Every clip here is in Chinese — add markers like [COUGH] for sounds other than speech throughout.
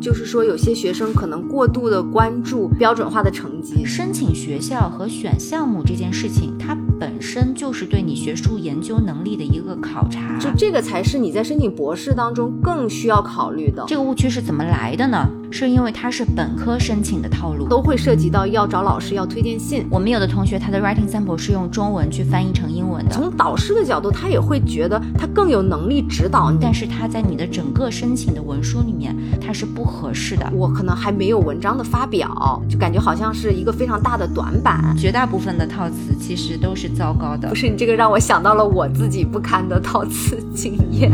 就是说有些学生可能过度的关注标准化的成绩，申请学校和选项目这件事情，它本身就是对你学术研究能力的一个考察。就这个才是你在申请博士当中更需要考虑的。这个误区是怎么来的呢？是因为它是本科申请的套路，都会涉及到要找老师要推荐信。我们有的同学他的 writing sample 是用中文去翻译成英文的，从导师的角度，他也会觉得他更有能力指导你。但是他在你的整个申请的文书里面，它是不合适的。我可能还没有文章的发表，就感觉好像是一个非常大的短板。绝大部分的套词其实都是糟糕的不。是你这个让我想到了我自己不堪的套词经验。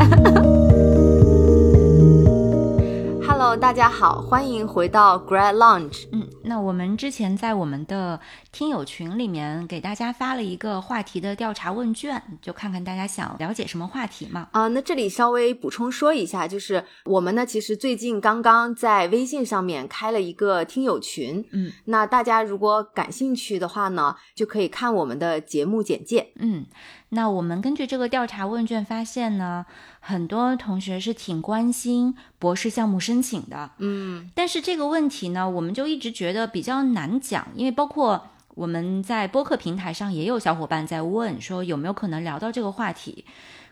Hello，大家好，欢迎回到 Grad Lounge。嗯，那我们之前在我们的听友群里面给大家发了一个话题的调查问卷，就看看大家想了解什么话题嘛。啊、那这里稍微补充说一下，就是我们呢，其实最近刚刚在微信上面开了一个听友群，嗯那大家如果感兴趣的话呢，就可以看我们的节目简介。嗯，那我们根据这个调查问卷发现呢，很多同学是挺关心博士项目申请的，嗯，但是这个问题呢，我们就一直觉得比较难讲，因为包括我们在播客平台上也有小伙伴在问说有没有可能聊到这个话题，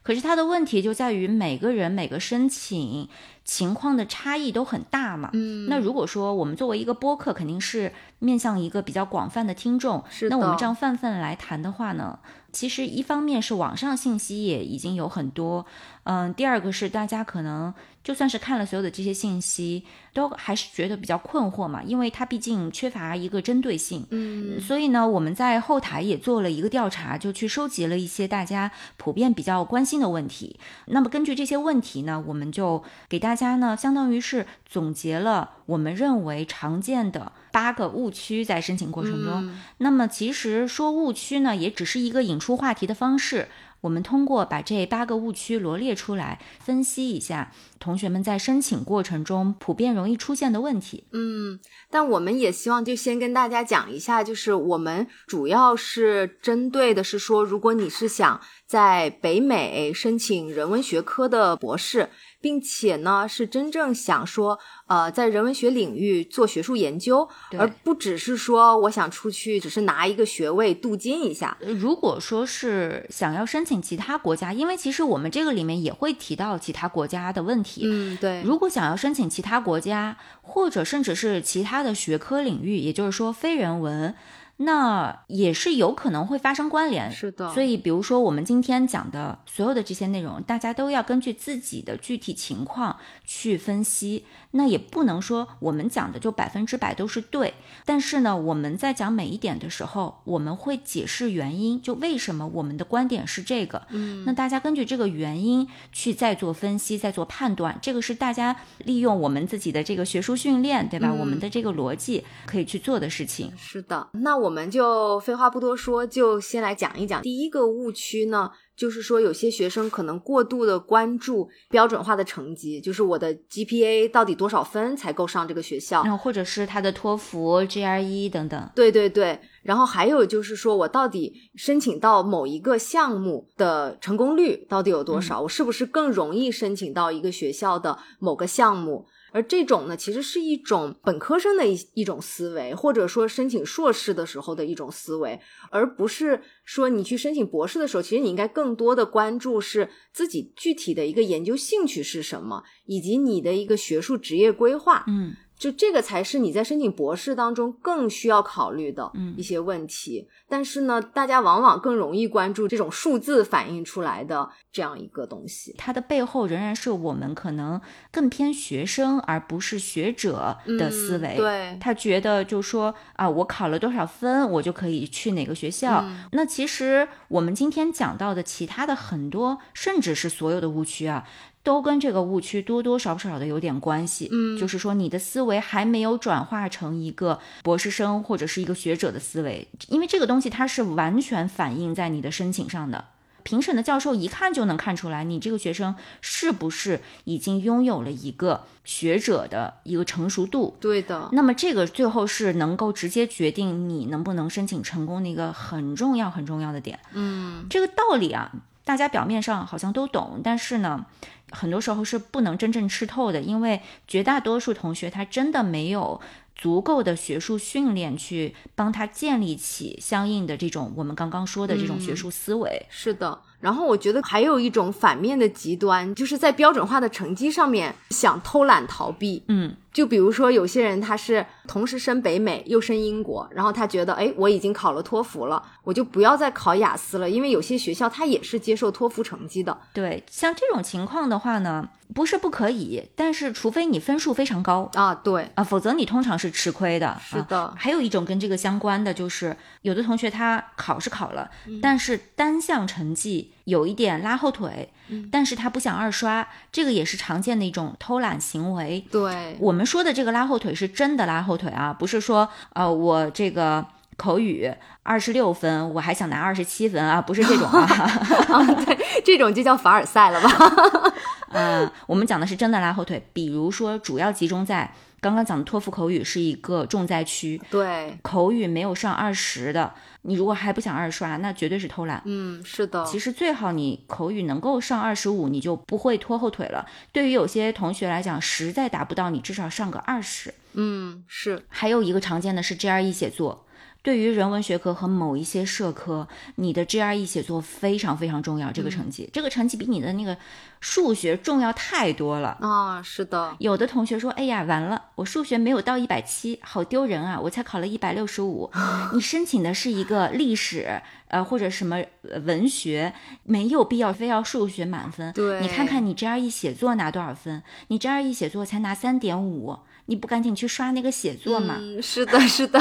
可是他的问题就在于每个人每个申请情况的差异都很大嘛。嗯，那如果说我们作为一个播客，肯定是面向一个比较广泛的听众，是那我的们这样泛泛来谈的话呢，其实一方面是网上信息也已经有很多，嗯，第二个是大家可能就算是看了所有的这些信息，都还是觉得比较困惑嘛，因为它毕竟缺乏一个针对性。嗯，所以呢，我们在后台也做了一个调查，就去收集了一些大家普遍比较关心的问题。那么根据这些问题呢，我们就给大家呢，相当于是总结了我们认为常见的八个误区在申请过程中。嗯那么其实说误区呢，也只是一个引出话题的方式。我们通过把这八个误区罗列出来，分析一下同学们在申请过程中普遍容易出现的问题。嗯但我们也希望就先跟大家讲一下，就是我们主要是针对的是说，如果你是想在北美申请人文学科的博士，并且呢是真正想说，呃，在人文学领域做学术研究，对而不只是说我想出去只是拿一个学位镀金一下。呃如果说是想要申请其他国家，因为其实我们这个里面也会提到其他国家的问题。嗯，对，如果想要申请其他国家，或者甚至是其他的学科领域，也就是说非人文，那也是有可能会发生关联。是的所以，比如说我们今天讲的所有的这些内容，大家都要根据自己的具体情况去分析。那也不能说我们讲的就百分之百都是对，但是呢，我们在讲每一点的时候，我们会解释原因，就为什么我们的观点是这个。嗯，那大家根据这个原因去再做分析，再做判断，这个是大家利用我们自己的这个学术训练，对吧？嗯我们的这个逻辑可以去做的事情。是的，那我们就废话不多说，就先来讲一讲第一个误区呢，就是说有些学生可能过度的关注标准化的成绩，就是我的 GPA 到底多少分才够上这个学校。然后或者是他的托福、GRE 等等。对对对，然后还有就是说我到底申请到某一个项目的成功率到底有多少？我是不是更容易申请到一个学校的某个项目？而这种呢，其实是一种本科生的一一种思维，或者说申请硕士的时候的一种思维，而不是说你去申请博士的时候，其实你应该更多的关注是自己具体的一个研究兴趣是什么，以及你的一个学术职业规划。嗯，就这个才是你在申请博士当中更需要考虑的嗯一些问题。但是呢，大家往往更容易关注这种数字反映出来的这样一个东西。它的背后仍然是我们可能更偏学生而不是学者的思维。嗯对他觉得就说啊，我考了多少分，我就可以去哪个学校。那其实我们今天讲到的其他的很多，甚至是所有的误区啊。都跟这个误区多多少少的有点关系，嗯，就是说你的思维还没有转化成一个博士生或者是一个学者的思维，因为这个东西它是完全反映在你的申请上的，评审的教授一看就能看出来，你这个学生是不是已经拥有了一个学者的一个成熟度。对的，那么这个最后是能够直接决定你能不能申请成功的一个很重要很重要的点。嗯，这个道理啊，大家表面上好像都懂，但是呢，很多时候是不能真正吃透的，因为绝大多数同学他真的没有足够的学术训练去帮他建立起相应的这种我们刚刚说的这种学术思维。是的，然后我觉得还有一种反面的极端，就是在标准化的成绩上面想偷懒逃避。嗯就比如说有些人他是同时申北美又申英国，然后他觉得，哎，我已经考了托福了，我就不要再考雅思了，因为有些学校它也是接受托福成绩的。对，像这种情况的话呢，不是不可以，但是除非你分数非常高。啊，对，啊，否则你通常是吃亏的。是的啊还有一种跟这个相关的，就是有的同学他考是考了，但是单项成绩有一点拉后腿，但是他不想二刷，这个也是常见的一种偷懒行为。对，我们说的这个拉后腿是真的拉后腿啊，不是说呃我这个口语二十六分，我还想拿二十七分啊，不是这种啊。啊，对，这种就叫凡尔赛了吧？呃，我们讲的是真的拉后腿，比如说主要集中在刚刚讲的托福口语是一个重灾区， [LAUGHS] 对，口语没有上二十的，你如果还不想二刷，那绝对是偷懒。嗯，是的，其实最好你口语能够上二十五，你就不会拖后腿了。对于有些同学来讲，实在达不到，你至少上个二十。嗯，是，还有一个常见的是 GRE 写作。对于人文学科和某一些社科，你的 GRE 写作非常非常重要。这个成绩，这个成绩比你的那个数学重要太多了。啊，是的，有的同学说：“哎呀，完了，我数学没有到一百七，好丢人啊！我才考了一百六十 [LAUGHS] 五。你申请的是一个历史，呃，或者什么呃文学，没有必要非要数学满分。对你看看你 GRE 写作拿多少分？你 GRE 写作才拿三点五，你不赶紧去刷那个写作吗？嗯，是的，是的，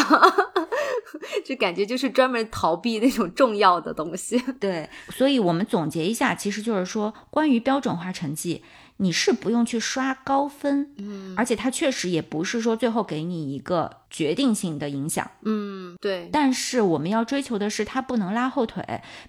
[LAUGHS] 就感觉就是专门逃避那种重要的东西。对，所以我们总结一下，其实就是说，关于标准化成绩，你是不用去刷高分，嗯，而且它确实也不是说最后给你一个决定性的影响。”嗯，对，但是我们要追求的是它不能拉后腿。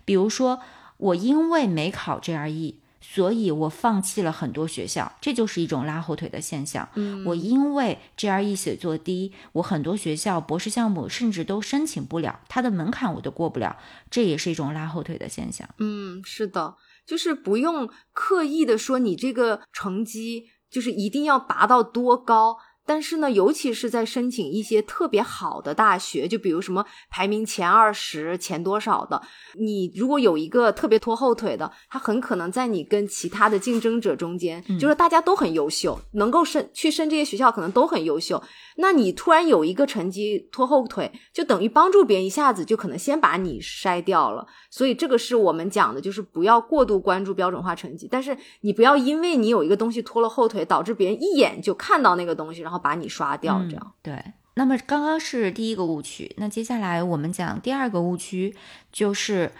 比如说，我因为没考 GRE，所以我放弃了很多学校，这就是一种拉后腿的现象。嗯，我因为 GRE 写作低，我很多学校博士项目甚至都申请不了，它的门槛我都过不了，这也是一种拉后腿的现象。嗯，是的，就是不用刻意的说你这个成绩就是一定要拔到多高。但是呢，尤其是在申请一些特别好的大学，就比如什么排名前二十、前多少的，你如果有一个特别拖后腿的，他很可能在你跟其他的竞争者中间，就是大家都很优秀，能够申去申这些学校可能都很优秀，那你突然有一个成绩拖后腿，就等于帮助别人一下子就可能先把你筛掉了。所以这个是我们讲的，就是不要过度关注标准化成绩，但是你不要因为你有一个东西拖了后腿，导致别人一眼就看到那个东西，然后把你刷掉。这样，嗯对。那么刚刚是第一个误区，那接下来我们讲第二个误区，就是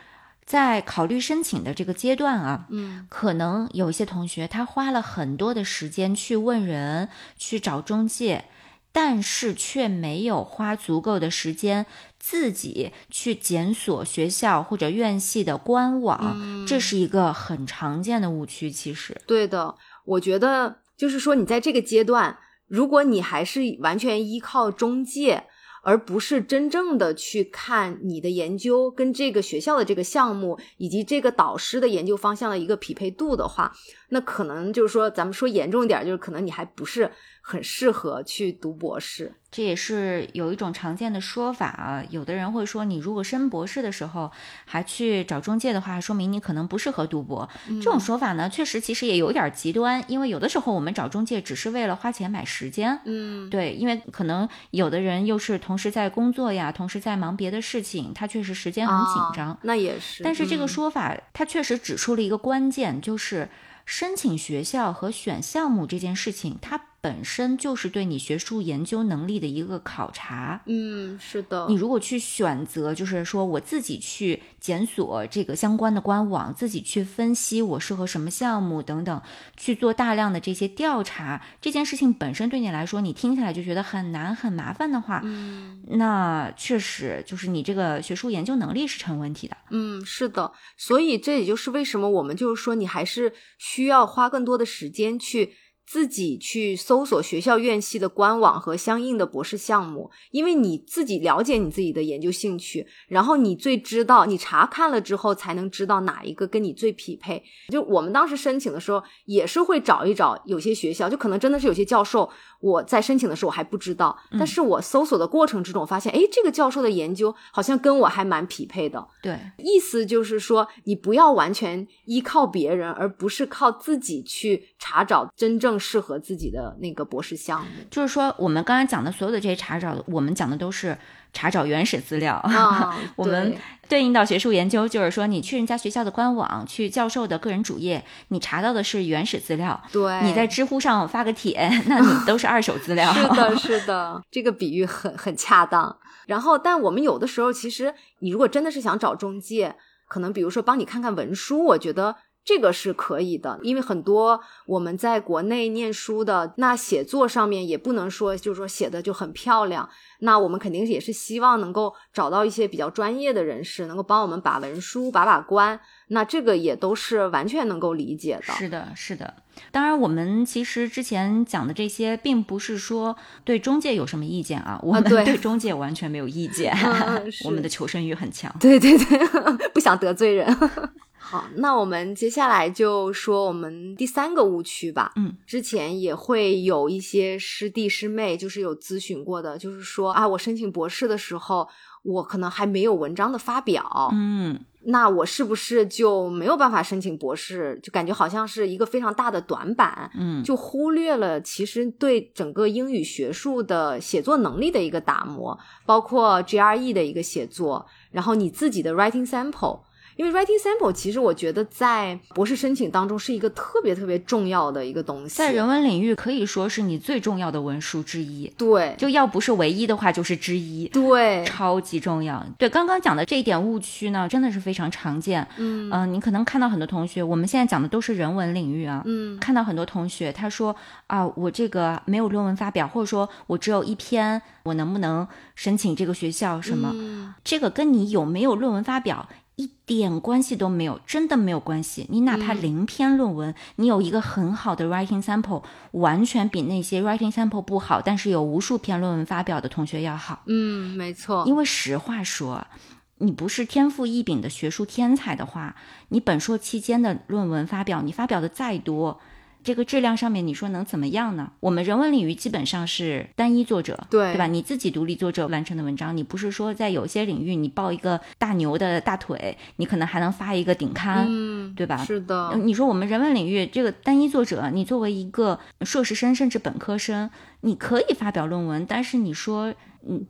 在考虑申请的这个阶段啊，嗯，可能有一些同学他花了很多的时间去问人，去找中介，但是却没有花足够的时间自己去检索学校或者院系的官网，这是一个很常见的误区。其实，对的，我觉得就是说你在这个阶段，如果你还是完全依靠中介。而不是真正的去看你的研究跟这个学校的这个项目以及这个导师的研究方向的一个匹配度的话，那可能就是说，咱们说严重一点，就是可能你还不是很适合去读博士。这也是有一种常见的说法啊，有的人会说，你如果升博士的时候还去找中介的话，说明你可能不适合读博。嗯这种说法呢，确实其实也有点极端，因为有的时候我们找中介只是为了花钱买时间。嗯，对，因为可能有的人又是同时在工作呀，同时在忙别的事情，他确实时间很紧张。啊那也是。但是这个嗯说法，它确实指出了一个关键，就是申请学校和选项目这件事情，它本身就是对你学术研究能力的一个考察。嗯，是的，你如果去选择，就是说我自己去检索这个相关的官网，自己去分析我适合什么项目等等，去做大量的这些调查，这件事情本身对你来说，你听起来就觉得很难很麻烦的话，那确实就是你这个学术研究能力是成问题的。嗯，是的，所以这也就是为什么我们就是说，你还是需要花更多的时间去自己去搜索学校院系的官网和相应的博士项目，因为你自己了解你自己的研究兴趣，然后你最知道，你查看了之后才能知道哪一个跟你最匹配。就我们当时申请的时候，也是会找一找有些学校，就可能真的是有些教授，我在申请的时候我还不知道，但是我搜索的过程之中，我发现，哎，这个教授的研究好像跟我还蛮匹配的。对，意思就是说，你不要完全依靠别人，而不是靠自己去查找真正适合自己的那个博士项 [LAUGHS] 目。就是说我们刚才讲的所有的这些查找，我们讲的都是查找原始资料。啊我们对对应到学术研究，就是说你去人家学校的官网，去教授的个人主页，你查到的是原始资料。对你在知乎上发个帖， [LAUGHS] 那你都是二手资料。是的，是的，这个比喻很很恰当。然后，但我们有的时候其实，你如果真的是想找中介，可能比如说帮你看看文书，我觉得这个是可以的，因为很多我们在国内念书的，那写作上面也不能说就是说写的就很漂亮，那我们肯定也是希望能够找到一些比较专业的人士，能够帮我们把文书把把关，那这个也都是完全能够理解的。 [LAUGHS] 是的，是的。当然，我们其实之前讲的这些，并不是说对中介有什么意见啊，我们对对中介完全没有意见。嗯嗯 [LAUGHS] 是 [LAUGHS] 我们的求生欲很强。 [LAUGHS] 对对对， [LAUGHS] 不想得罪人。好，那我们接下来就说我们第三个误区吧。嗯，之前也会有一些师弟师妹，就是有咨询过的，就是说啊，我申请博士的时候，我可能还没有文章的发表，嗯，那我是不是就没有办法申请博士？就感觉好像是一个非常大的短板，嗯就忽略了其实对整个英语学术的写作能力的一个打磨，包括 GRE 的一个写作，然后你自己的 writing sample。因为 writing sample 其实我觉得在博士申请当中是一个特别特别重要的一个东西，在人文领域可以说是你最重要的文书之一，对就要不是唯一的话，就是之一。对超级重要。对，刚刚讲的这一点误区呢，真的是非常常见。嗯、你可能看到很多同学，我们现在讲的都是人文领域啊。嗯，看到很多同学他说啊，我这个没有论文发表，或者说我只有一篇，我能不能申请这个学校什么？嗯这个跟你有没有论文发表一点关系都没有，真的没有关系。你哪怕嗯零篇论文，你有一个很好的 writing sample，完全比那些 writing sample 不好，但是有无数篇论文发表的同学要好。嗯，没错，因为实话说，你不是天赋异禀的学术天才的话，你本硕期间的论文发表，你发表的再多，这个质量上面你说能怎么样呢？我们人文领域基本上是单一作者，对对吧？你自己独立作者完成的文章，你不是说在有些领域你抱一个大牛的大腿，你可能还能发一个顶刊，嗯，对吧？是的，你说我们人文领域这个单一作者，你作为一个硕士生甚至本科生，你可以发表论文，但是你说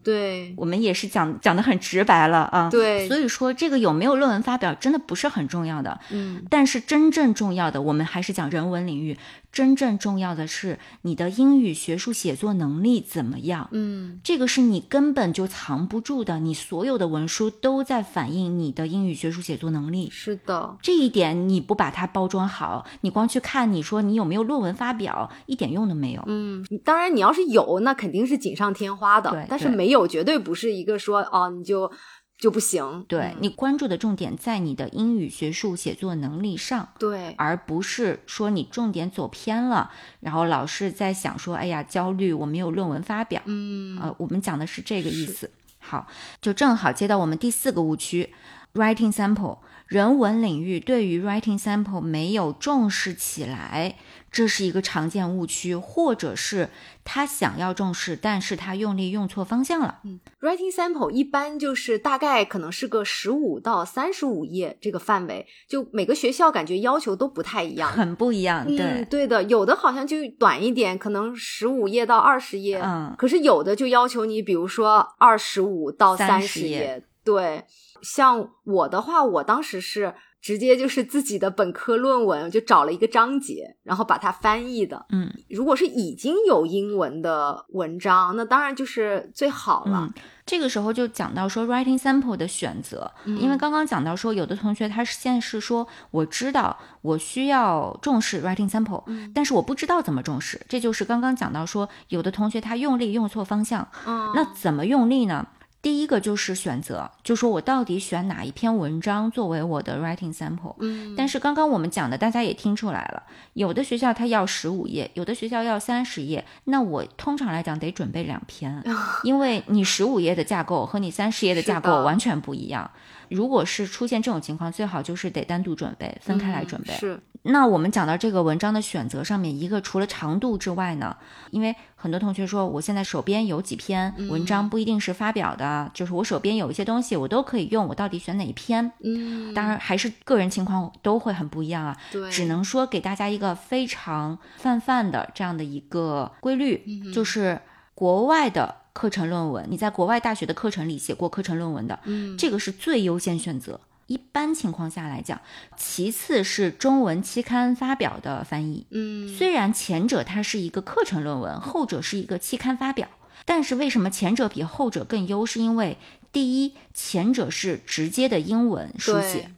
对我们也是讲讲的很直白了啊。对所以说这个有没有论文发表真的不是很重要的，嗯，但是真正重要的，我们还是讲人文领域，真正重要的是你的英语学术写作能力怎么样。嗯这个是你根本就藏不住的，你所有的文书都在反映你的英语学术写作能力。是的，这一点你不把它包装好，你光去看你说你有没有论文发表，一点用都没有。嗯，当然你要是有，那肯定是锦上添花的对，但是对没有绝对不是一个说哦你就就不行，嗯对你关注的重点在你的英语学术写作能力上，对，而不是说你重点走偏了，然后老是在想说，哎呀，焦虑，我没有论文发表。嗯呃，我们讲的是这个意思。好，就正好接到我们第四个误区，writing sample。人文领域对于 writing sample 没有重视起来，这是一个常见误区，或者是他想要重视，但是他用力用错方向了。 ，writing sample 一般就是大概可能是个十五到三十五页这个范围，就每个学校感觉要求都不太一样。很不一样，嗯， [LAUGHS] 对，对的，有的好像就短一点，可能十五页到二十页，嗯，可是有的就要求你，比如说二十五到三30十页页。对，像我的话，我当时是直接就是自己的本科论文，就找了一个章节，然后把它翻译的。嗯，如果是已经有英文的文章，那当然就是最好了嗯。，这个时候就讲到说 writing sample 的选择，嗯因为刚刚讲到说有的同学他是现在是说我知道我需要重视 writing sample，、但嗯是我不知道怎么重视，这就是刚刚讲到说有的同学他用力用错方向，嗯那怎么用力呢？第一个就是选择，就说我到底选哪一篇文章作为我的 writing sample。嗯，但是刚刚我们讲的，大家也听出来了，有的学校它要十五页，有的学校要三十页。那我通常来讲得准备两 [LAUGHS] 篇，因为你十五页的架构和你三十页的架是构的完全不一样。如果是出现这种情况，最好就是得单独准备，分开来准备。嗯是那我们讲到这个文章的选择上面，一个除了长度之外呢，因为很多同学说我现在手边有几篇嗯文章，不一定是发表的，就是我手边有一些东西我都可以用，我到底选哪一篇？嗯，当然还是个人情况都会很不一样啊，对，只能说给大家一个非常泛泛的这样的一个规律，嗯就是国外的。课程论文，你在国外大学的课程里写过课程论文的，嗯这个是最优先选择。一般情况下来讲，其次是中文期刊发表的翻译。嗯虽然前者它是一个课程论文，后者是一个期刊发表，但是为什么前者比后者更优？是因为第一，前者是直接的英文书写对；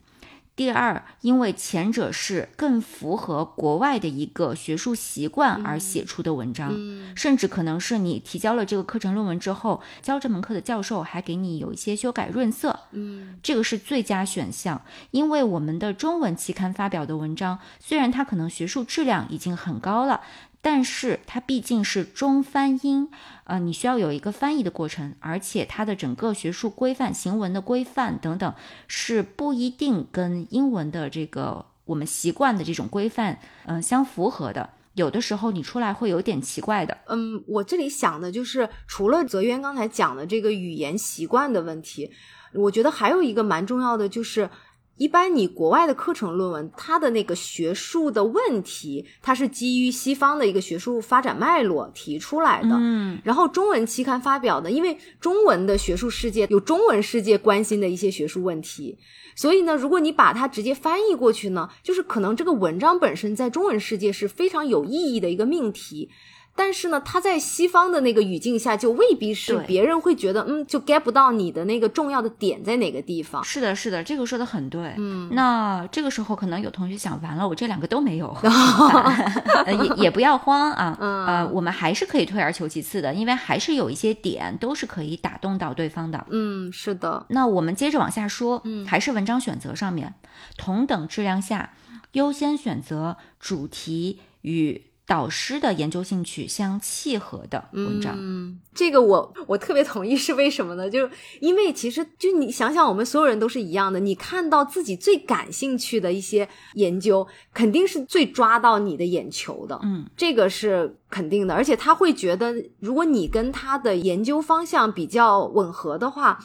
第二，因为前者是更符合国外的一个学术习惯而写出的文章。嗯甚至可能是你提交了这个课程论文之后，教这门课的教授还给你有一些修改润色，嗯这个是最佳选项，因为我们的中文期刊发表的文章，虽然它可能学术质量已经很高了，但是它毕竟是中翻英，呃，你需要有一个翻译的过程，而且它的整个学术规范、行文的规范等等，是不一定跟英文的这个我们习惯的这种规范，嗯、相符合的。有的时候你出来会有点奇怪的，嗯，我这里想的就是，除了泽渊刚才讲的这个语言习惯的问题，我觉得还有一个蛮重要的就是。一般你国外的课程论文，它的那个学术的问题，它是基于西方的一个学术发展脉络提出来的。嗯，然后中文期刊发表的，因为中文的学术世界有中文世界关心的一些学术问题，所以呢，如果你把它直接翻译过去呢，就是可能这个文章本身在中文世界是非常有意义的一个命题。但是呢，它在西方的那个语境下，就未必是对别人会觉得，嗯，就 get 不到你的那个重要的点在哪个地方。是的，是的，这个说的很对。嗯，那这个时候可能有同学想，完了，我这两个都没 [LAUGHS] 有，呃也也不要慌啊。嗯呃，我们还是可以退而求其次的，因为还是有一些点都是可以打动到对方的。嗯，是的，那我们接着往下说，嗯还是文章选择上面，同等质量下，优先选择主题与导师的研究兴趣相契合的文章。嗯，这个我 [LAUGHS] 我特别同意，是为什么呢？就是因为其实就你想想，我们所有人都是一样的，你看到自己最感兴趣的一些研究，肯定是最抓到你的眼球的。嗯，这个是肯定的，而且他会觉得，如果你跟他的研究方向比较吻合的话。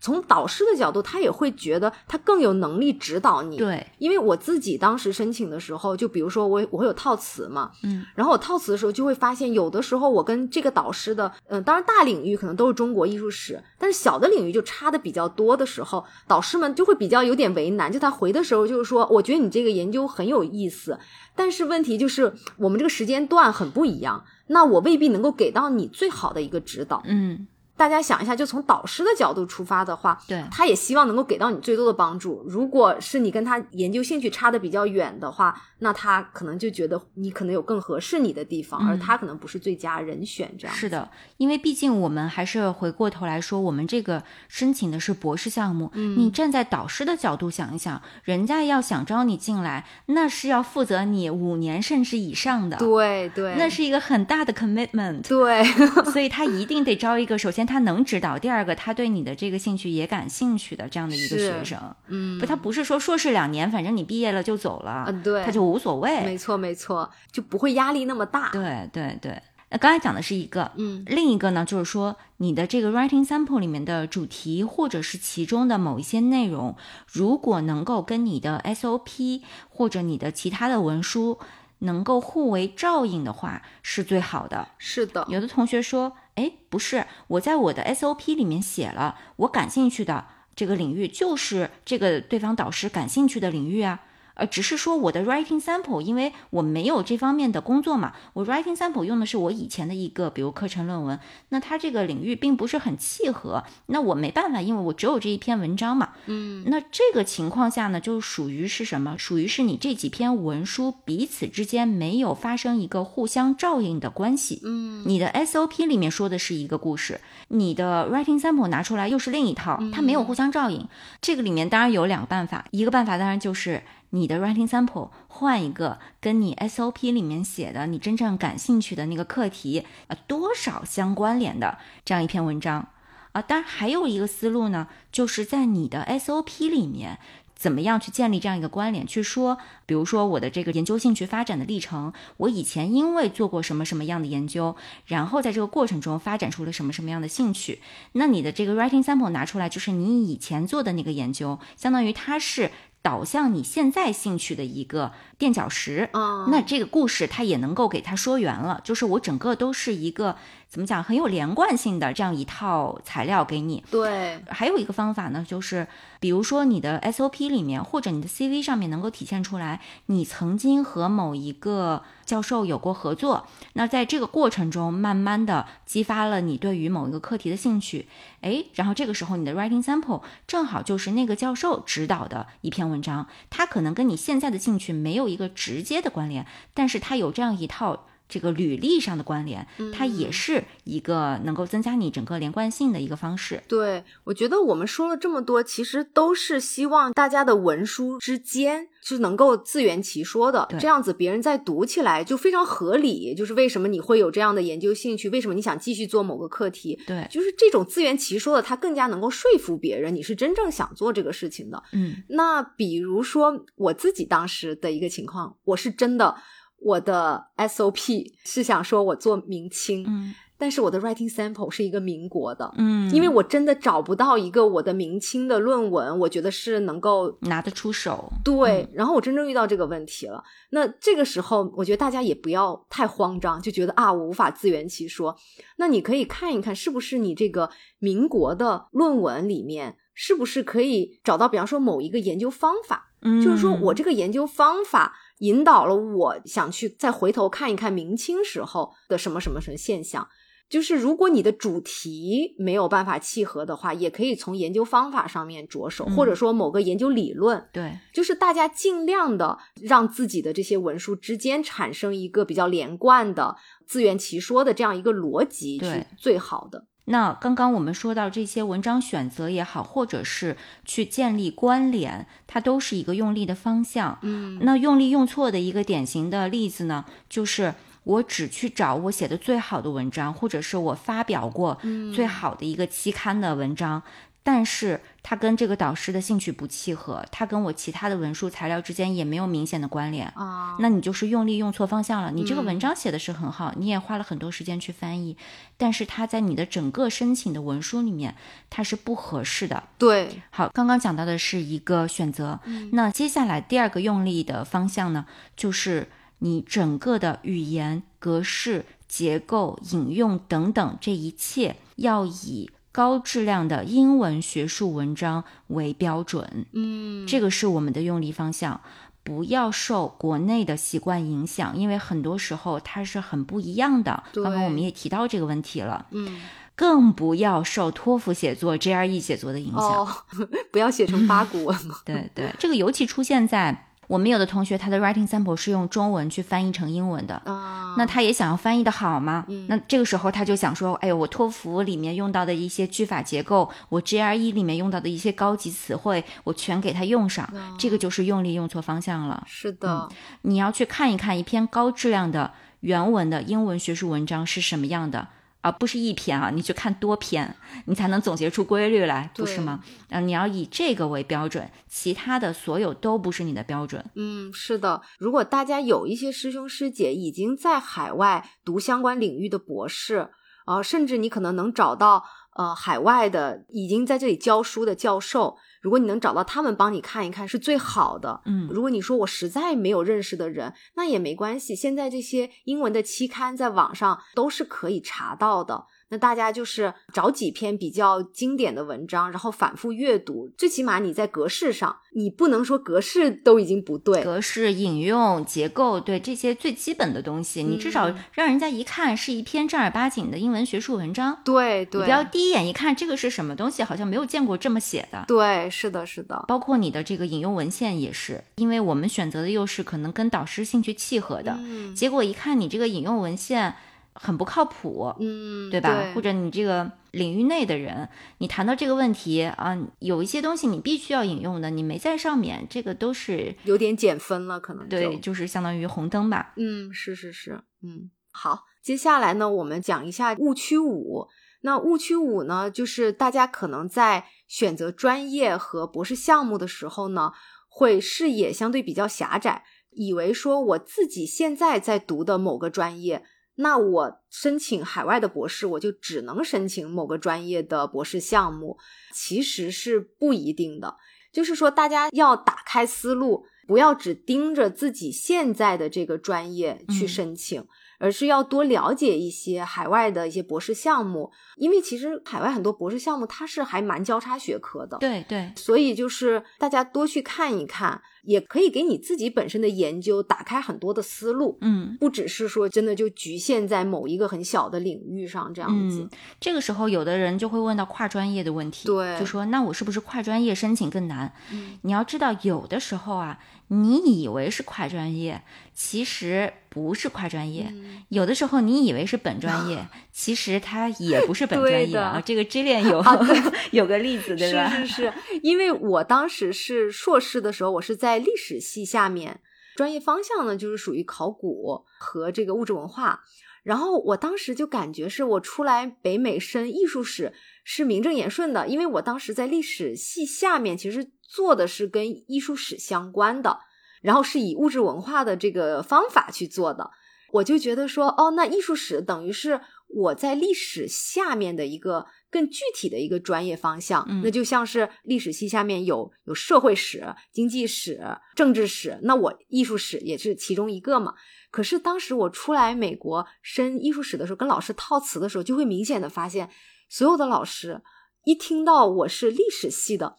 从导师的角度，他也会觉得他更有能力指导你。对，因为我自己当时申请的时候，就比如说我我会有套词嘛，嗯，然后我套词的时候就会发现，有的时候我跟这个导师的，嗯、当然大领域可能都是中国艺术史，但是小的领域就差的比较多的时候，导师们就会比较有点为难，就他回的时候就是说，我觉得你这个研究很有意思，但是问题就是我们这个时间段很不一样，那我未必能够给到你最好的一个指导。嗯，大家想一下，就从导师的角度出发的话，对，他也希望能够给到你最多的帮助。如果是你跟他研究兴趣差的比较远的话，那他可能就觉得你可能有更合适你的地方，嗯而他可能不是最佳人选。这样是的，因为毕竟我们还是回过头来说，我们这个申请的是博士项目。嗯你站在导师的角度想一想，人家要想招你进来，那是要负责你五年甚至以上的，对对，那是一个很大 [LAUGHS] 的 commitment。 [LAUGHS] 对所以他一定得招一个，首先他能指导，第二个他对你的这个兴趣也感兴趣的这样的一个是学生。嗯，不，他不是说硕士两年，反正你毕业了就走了，嗯对他就无所谓。没错没错，就不会压力那么大。对对对，那刚才讲的是一个，嗯，另一个呢就是说你的这个 writing sample 里面的主题或者是其中的某一些内容，如果能够跟你的 SOP 或者你的其他的文书能够互为照应的话，是最好的。是的，有的同学说，哎，不是，我在我的 SOP 里面写了，我感兴趣的这个领域就是这个对方导师感兴趣的领域啊。呃，只是说我的 writing sample，因为我没有这方面的工作嘛，我 writing sample 用的是我以前的一个，比如课程论文，那它这个领域并不是很契合，那我没办法，因为我只有这一篇文章嘛。嗯，那这个情况下呢，就属于是什么？属于是你这几篇文书彼此之间没有发生一个互相照应的关系。嗯，你的 SOP 里面说的是一个故事，你的 writing sample 拿出来又是另一套，它没有互相照应。这个里面当然有两个办法，一个办法当然就是你的 writing sample 换一个跟你 SOP 里面写的你真正感兴趣的那个课题啊多少相关联的这样一篇文章啊。当然还有一个思路呢，就是在你的 SOP 里面。怎么样去建立这样一个关联？去说，比如说我的这个研究兴趣发展的历程，我以前因为做过什么什么样的研究，然后在这个过程中发展出了什么什么样的兴趣。那你的这个 writing sample 拿出来，就是你以前做的那个研究，相当于它是导向你现在兴趣的一个垫脚石。啊那这个故事它也能够给它说圆了，就是我整个都是一个怎么讲很有连贯性的这样一套材料给你。对，还有一个方法呢，就是比如说你的 SOP 里面或者你的 CV 上面能够体现出来，你曾经和某一个教授有过合作，那在这个过程中，慢慢的激发了你对于某一个课题的兴趣，诶，然后这个时候你的 writing sample 正好就是那个教授指导的一篇文章，它可能跟你现在的兴趣没有一个直接的关联，但是它有这样一套。这个履历上的关联，它也是一个能够增加你整个连贯性的一个方式。对，我觉得我们说了这么多，其实都是希望大家的文书之间是能够自圆其说的，对这样子别人在读起来就非常合理。就是为什么你会有这样的研究兴趣，为什么你想继续做某个课题，对，就是这种自圆其说的，它更加能够说服别人你是真正想做这个事情的。嗯那比如说我自己当时的一个情况，我是真的我的 SOP 是想说我做明清，嗯但是我的 writing sample 是一个民国的。嗯，因为我真的找不到一个我的明清的论文，我觉得是能够拿得出手，对。然后我真正遇到这个问题了，那这个时候我觉得大家也不要太慌张，就觉得啊我无法自圆其说。那你可以看一看，是不是你这个民国的论文里面，是不是可以找到，比方说某一个研究方法，嗯就是说我这个研究方法引导了我想去再回头看一看明清时候的什么什么什么现象。就是如果你的主题没有办法契合的话，也可以从研究方法上面着手，嗯或者说某个研究理论，对，就是大家尽量的让自己的这些文书之间产生一个比较连贯的、自圆其说的这样一个逻辑对是最好的。那刚刚我们说到这些文章选择也好，或者是去建立关联，它都是一个用力的方向。嗯，那用力用错的一个典型的例子呢，就是我只去找我写的最好的文章，或者是我发表过最好的一个期刊的文章。但是它跟这个导师的兴趣不契合，它跟我其他的文书材料之间也没有明显的关联啊。那你就是用力用错方向了。你这个文章写的是很好，你也花了很多时间去翻译，但是它在你的整个申请的文书里面，它是不合适的。对，好，刚刚讲到的是一个选择，那接下来第二个用力的方向呢，就是你整个的语言格式、结构、引用等等，这一切要以高质量的英文学术文章为标准。嗯，这个是我们的用力方向。不要受国内的习惯影响，因为很多时候它是很不一样的。对刚刚我们也提到这个问题了，嗯，更不要受托福写作、GRE 写作的影响。哦， [LAUGHS] 不要写成八股文嘛。对对，这个尤其出现在我们有的同学，他的 writing sample 是用中文去翻译成英文的。啊，那他也想要翻译的好嘛？嗯那这个时候他就想说，哎呦，我托福里面用到的一些句法结构，我 GRE 里面用到的一些高级词汇，我全给他用上，哦这个就是用力用错方向了。是的，你要去看一看一篇高质量的原文的英文学术文章是什么样的。啊，不是一篇啊，你去看多篇，你才能总结出规律来，不是吗？啊，你要以这个为标准，其他的所有都不是你的标准。嗯，是的。如果大家有一些师兄师姐已经在海外读相关领域的博士，啊，甚至你可能能找到呃海外的已经在这里教书的教授，如果你能找到他们帮你看一看是最好的。嗯如果你说我实在没有认识的人，那也没关系，现在这些英文的期刊在网上都是可以查到的。那大家就是找几篇比较经典的文章，然后反复阅读，最起码你在格式上，你不能说格式都已经不对，格式、引用、结构，对这些最基本的东西，你至少嗯让人家一看是一篇正儿八经的英文学术文章。对你对不要第一眼一看这个是什么东西，好像没有见过这么写的。对，是的，是的，包括你的这个引用文献也是，因为我们选择的又是可能跟导师兴趣契合的，嗯结果一看你这个引用文献很不靠谱，嗯，对吧？或者你这个领域内的人，你谈到这个问题啊，有一些东西你必须要引用的，你没在上面，这个都是有点减分了，可能就对，就是相当于红灯吧。嗯，是是是，嗯，好，接下来呢，我们讲一下误区五。那误区五呢，就是大家可能在选择专业和博士项目的时候呢，会视野相对比较狭窄，以为说我自己现在在读的某个专业，那我申请海外的博士，我就只能申请某个专业的博士项目，其实是不一定的。就是说，大家要打开思路，不要只盯着自己现在的这个专业去嗯申请，而是要多了解一些海外的一些博士项目，因为其实海外很多博士项目它是还蛮交叉学科的。对对，所以就是大家多去看一看，也可以给你自己本身的研究打开很多的思路，嗯。不只是说真的就局限在某一个很小的领域上这样子。嗯，这个时候有的人就会问到跨专业的问题，对就说那我是不是跨专业申请更难？嗯你要知道，有的时候啊，你以为是跨专业，其实不是跨专业；嗯有的时候你以为是本 [LAUGHS] 专业，其实它也不是本对专业的啊。这个支链有、啊对 [LAUGHS] 有个例子，对吧？是是 [LAUGHS] 是，因为我当时是硕士的时候，我是在历史系下面，专业方向呢就是属于考古和这个物质文化。然后我当时就感觉是我出来北美申艺术史是名正言顺的，因为我当时在历史系下面其实做的是跟艺术史相关的，然后是以物质文化的这个方法去做的。我就觉得说，哦，那艺术史等于是我在历史下面的一个更具体的一个专业方向，嗯那就像是历史系下面有有社会史、经济史、政治史，那我艺术史也是其中一个嘛。可是当时我出来美国申艺术史的时候，跟老师套词的时候，就会明显的发现，所有的老师一听到我是历史系的，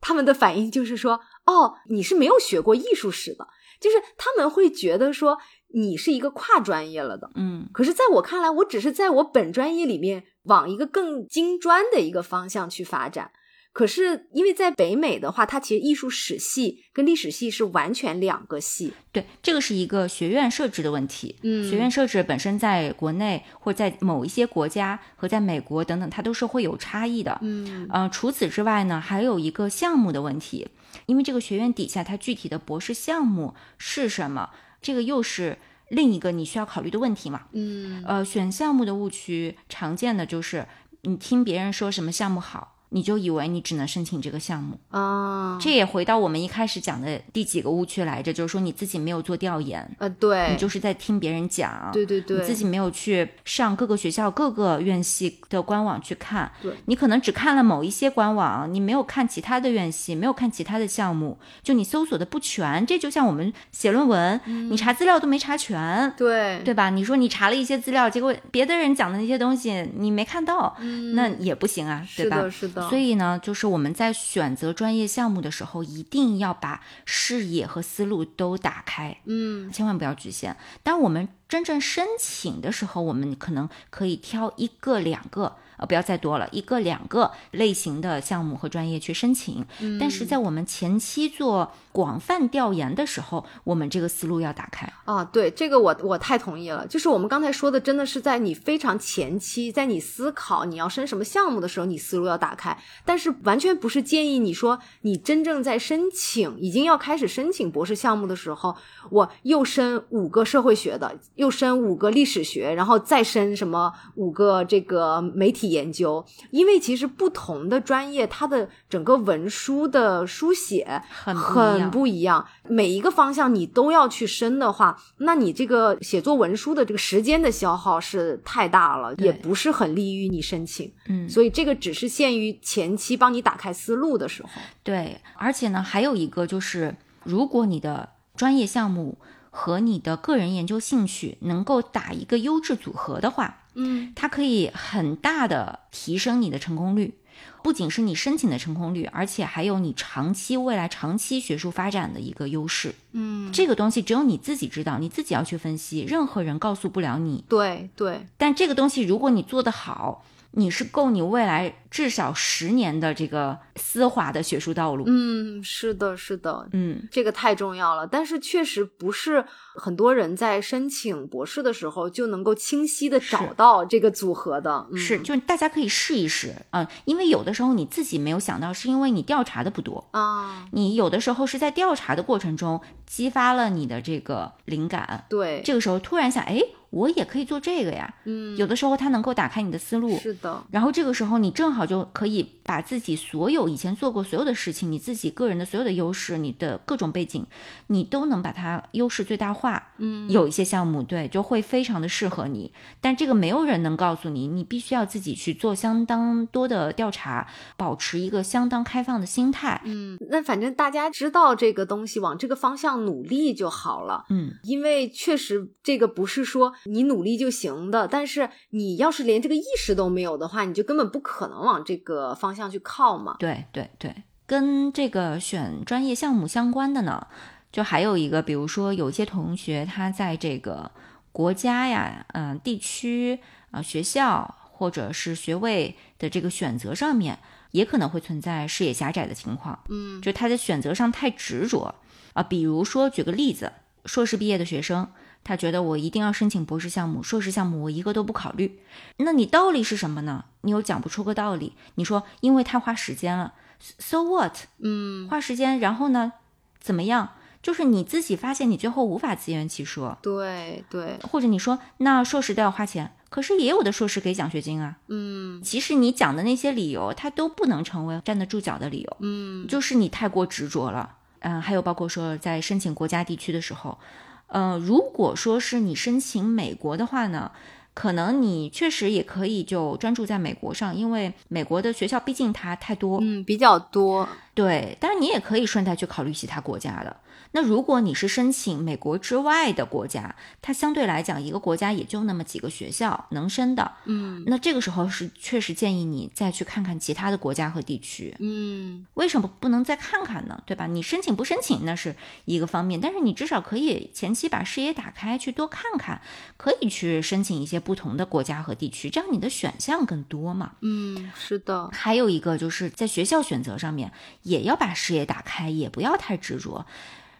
他们的反应就是说：“哦，你是没有学过艺术史的。”就是他们会觉得说你是一个跨专业了的。嗯可是，在我看来，我只是在我本专业里面往一个更精专的一个方向去发展。可是，因为在北美的话，它其实艺术史系跟历史系是完全两个系。对，这个是一个学院设置的问题。嗯学院设置本身在国内或在某一些国家和在美国等等，它都是会有差异的。嗯呃，除此之外呢，还有一个项目的问题，因为这个学院底下它具体的博士项目是什么，这个又是另一个你需要考虑的问题嘛。嗯呃，选项目的误区常见的就是你听别人说什么项目好，你就以为你只能申请这个项目。啊，这也回到我们一开始讲的第几个误区来着，就是说你自己没有做调研，呃，对你，就是在听别人讲。对对你对，自己没有去上各个学校、各个院系的官网去看对，你可能只看了某一些官网，你没有看其他的院系，没有看其他的项目，就你搜索的不全。这就像我们写论文，你查资料都没查全，嗯对对吧？你说你查了一些资料，结果别的人讲的那些东西你没看到，那也不行啊，嗯是对吧？的，是的，所以呢，就是我们在选择专业项目的时候，一定要把视野和思路都打开，嗯千万不要局限。当我们真正申请的时候，我们可能可以挑一个、两个，呃，不要再多了，一个、两个类型的项目和专业去申请。嗯但是在我们前期做广泛调研的时候，我们这个思路要打开。啊，对这个我我太同意了。就是我们刚才说的，真的是在你非常前期，在你思考你要申什么项目的时候，你思路要打开。但是完全不是建议你说你真正在申请已经要开始申请博士项目的时候，我又申五个社会学的，又申五个历史学，然后再申什么五个这个媒体研究，因为其实不同的专业，它的整个文书的书写很不很一样不一样，每一个方向你都要去深的话，那你这个写作文书的这个时间的消耗是太大了，对也不是很利于你申请。嗯，所以这个只是限于前期帮你打开思路的时候。对，而且呢，还有一个就是，如果你的专业项目和你的个人研究兴趣能够打一个优质组合的话，嗯它可以很大的提升你的成功率，不仅是你申请的成功率，而且还有你长期未来长期学术发展的一个优势。嗯，这个东西只有你自己知道，你自己要去分析，任何人告诉不了你。对对，但这个东西如果你做得好，你是够你未来至少十年的这个丝滑的学术道路。嗯，是的，是的，嗯这个太重要了。但是确实不是很多人在申请博士的时候就能够清晰的找是到这个组合的。嗯、是，就是大家可以试一试啊、因为有的时候你自己没有想到，是因为你调查的不多，啊，你有的时候是在调查的过程中激发了你的这个灵感，对，这个时候突然想，哎，我也可以做这个呀。嗯，有的时候它能够打开你的思路，是的，然后这个时候你正好就可以把自己所有以前做过所有的事情，你自己个人的所有的优势，你的各种背景，你都能把它优势最大化。嗯，有一些项目对就会非常的适合你，但这个没有人能告诉你，你必须要自己去做相当多的调查，保持一个相当开放的心态。嗯，那反正大家知道这个东西，往这个方向努力就好了。嗯，因为确实这个不是说你努力就行的，但是你要是连这个意识都没有的话，你就根本不可能往这个方向去靠嘛。对对对，跟这个选专业项目相关的呢，就还有一个，比如说有一些同学他在这个国家呀、嗯、地区啊、学校或者是学位的这个选择上面，也可能会存在视野狭窄的情况。嗯，就他在选择上太执着啊。比如说，举个例子，硕士毕业的学生，他觉得我一定要申请博士项目，硕士项目我一个都不考虑。那你道理是什么呢？你又讲不出个道理。你说，因为太花时间了，so what？嗯，花时间，然后呢，怎么样？就是你自己发现你最后无法自圆其说，对对，或者你说那硕士都要花钱，可是也有的硕士给奖学金啊。嗯其实你讲的那些理由，它都不能成为站得住脚的理由。嗯就是你太过执着了。嗯，还有包括说在申请国家地区的时候，呃，如果说是你申请美国的话呢，可能你确实也可以就专注在美国上，因为美国的学校毕竟它太多，嗯，比较多。对。但是你也可以顺带去考虑其他国家的。那如果你是申请美国之外的国家，它相对来讲一个国家也就那么几个学校能申的，嗯那这个时候是确实建议你再去看看其他的国家和地区。嗯，为什么不能再看看呢？对吧？你申请不申请那是一个方面，但是你至少可以前期把视野打开，去多看看，可以去申请一些不同的国家和地区，这样你的选项更多嘛。嗯，是的，还有一个就是在学校选择上面，也要把视野打开，也不要太执着。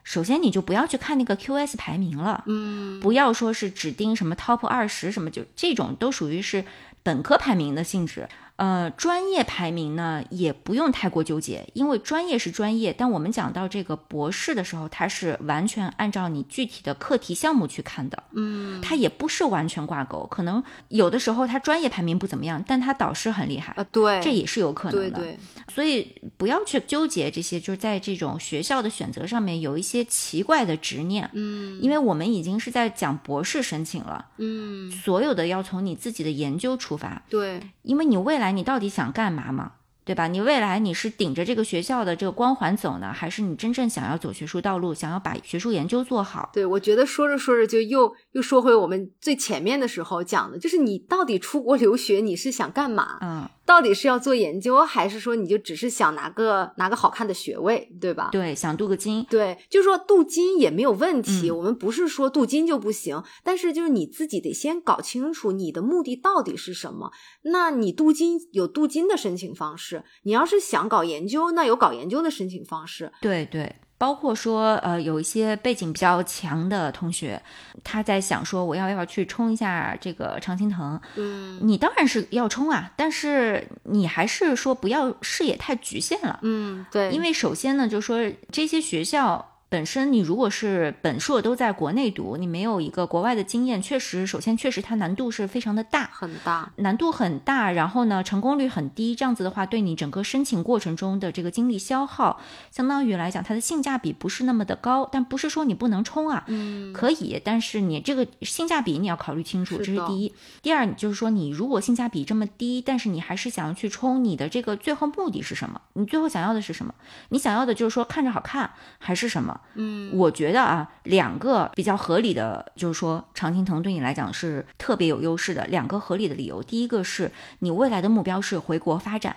首先，你就不要去看那个 QS 排名了，嗯不要说是指定什么 top 二十什么，就这种都属于是本科排名的性质。呃，专业排名呢也不用太过纠结，因为专业是专业，但我们讲到这个博士的时候，它是完全按照你具体的课题项目去看的，嗯，它也不是完全挂钩，可能有的时候它专业排名不怎么样，但它导师很厉害啊，，对，这也是有可能对的。对，所以不要去纠结这些，就是在这种学校的选择上面有一些奇怪的执念，嗯因为我们已经是在讲博士申请了，嗯，所有的要从你自己的研究出发，对，因为你未来你到底想干嘛嘛，对吧？你未来你是顶着这个学校的这个光环走呢，还是你真正想要走学术道路，想要把学术研究做好？对，我觉得说着说着就又又说回我们最前面的时候讲的，就是你到底出国留学你是想干嘛？嗯，到底是要做研究，还是说你就只是想拿个拿个好看的学位，对吧？对，想镀个金，对，就是说镀金也没有问题，嗯我们不是说镀金就不行，但是就是你自己得先搞清楚你的目的到底是什么。那你镀金有镀金的申请方式，你要是想搞研究，那有搞研究的申请方式。对对，包括说呃，有一些背景比较强的同学，他在想说我要不要去冲一下这个常青藤？嗯你当然是要冲啊，但是你还是说不要视野太局限了，嗯，对，因为首先呢，就说这些学校。本身你如果是本硕都在国内读，你没有一个国外的经验，确实，首先确实它难度是非常的大，很大。难度很大，然后呢，成功率很低，这样子的话，对你整个申请过程中的这个精力消耗，相当于来讲，它的性价比不是那么的高。但不是说你不能冲啊，嗯可以，但是你这个性价比你要考虑清楚，是的这是第一。第二，你就是说，你如果性价比这么低，但是你还是想要去冲，你的这个最后目的是什么？你最后想要的是什么？你想要的就是说看着好看，还是什么？嗯，我觉得啊，两个比较合理的，就是说常青藤对你来讲是特别有优势的两个合理的理由。第一个是你未来的目标是回国发展，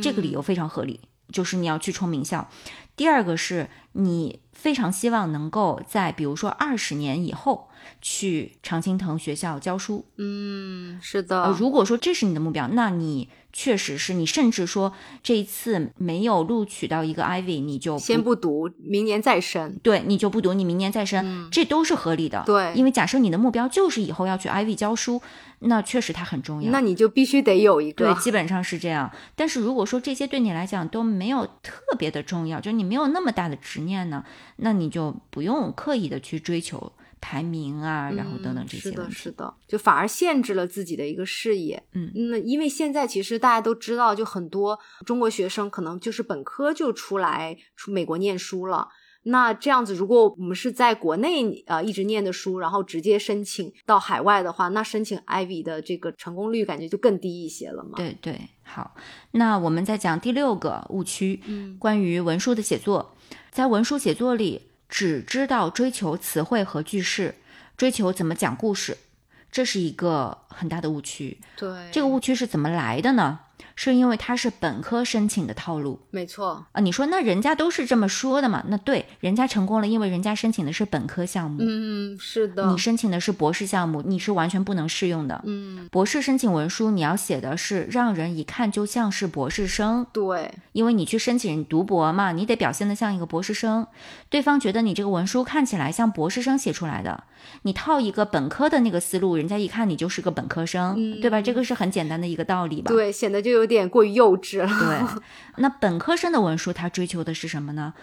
这嗯个理由非常合理，就是你要去冲名校。第二个是你非常希望能够在比如说二十年以后去常青藤学校教书。嗯，是的呃，，如果说这是你的目标，那你确实是你，甚至说这一次没有录取到一个 Ivy，你就先不读，明年再申。对你就不读，你明年再申，这都是合理的。嗯对因为假设你的目标就是以后要去 Ivy 教书，那确实它很重要。那你就必须得有一对个，基本上是这样。但是如果说这些对你来讲都没有特别的重要，就是你没有那么大的执念呢，那你就不用刻意的去追求排名啊，然后等等嗯这是些问的，题。是的，就反而限制了自己的一个视野。嗯那因为现在其实大家都知道，就很多中国学生可能就是本科就出来出美国念书了。那这样子，如果我们是在国内呃一直念的书，然后直接申请到海外的话，那申请 Ivy 的这个成功率感觉就更低一些了嘛。对对，好，那我们再讲第六个误区，嗯关于文书的写作，在文书写作里只知道追求词汇和句式，追求怎么讲故事，这是一个很大的误区。对，这个误区是怎么来的呢？是因为它是本科申请的套路没错。啊！你说那人家都是这么说的嘛？那对，人家成功了，因为人家申请的是本科项目，嗯，是的。你申请的是博士项目，你是完全不能适用的。嗯，博士申请文书，你要写的是让人一看就像是博士生，对，因为你去申请读博嘛，你得表现得像一个博士生，对方觉得你这个文书看起来像博士生写出来的，你套一个本科的那个思路，人家一看你就是个本科生，对吧？这个是很简单的一个道理吧？嗯对，显得就有点过于幼稚 [LAUGHS] [LAUGHS] 了。对。那本科生的文书，他追求的是什么呢？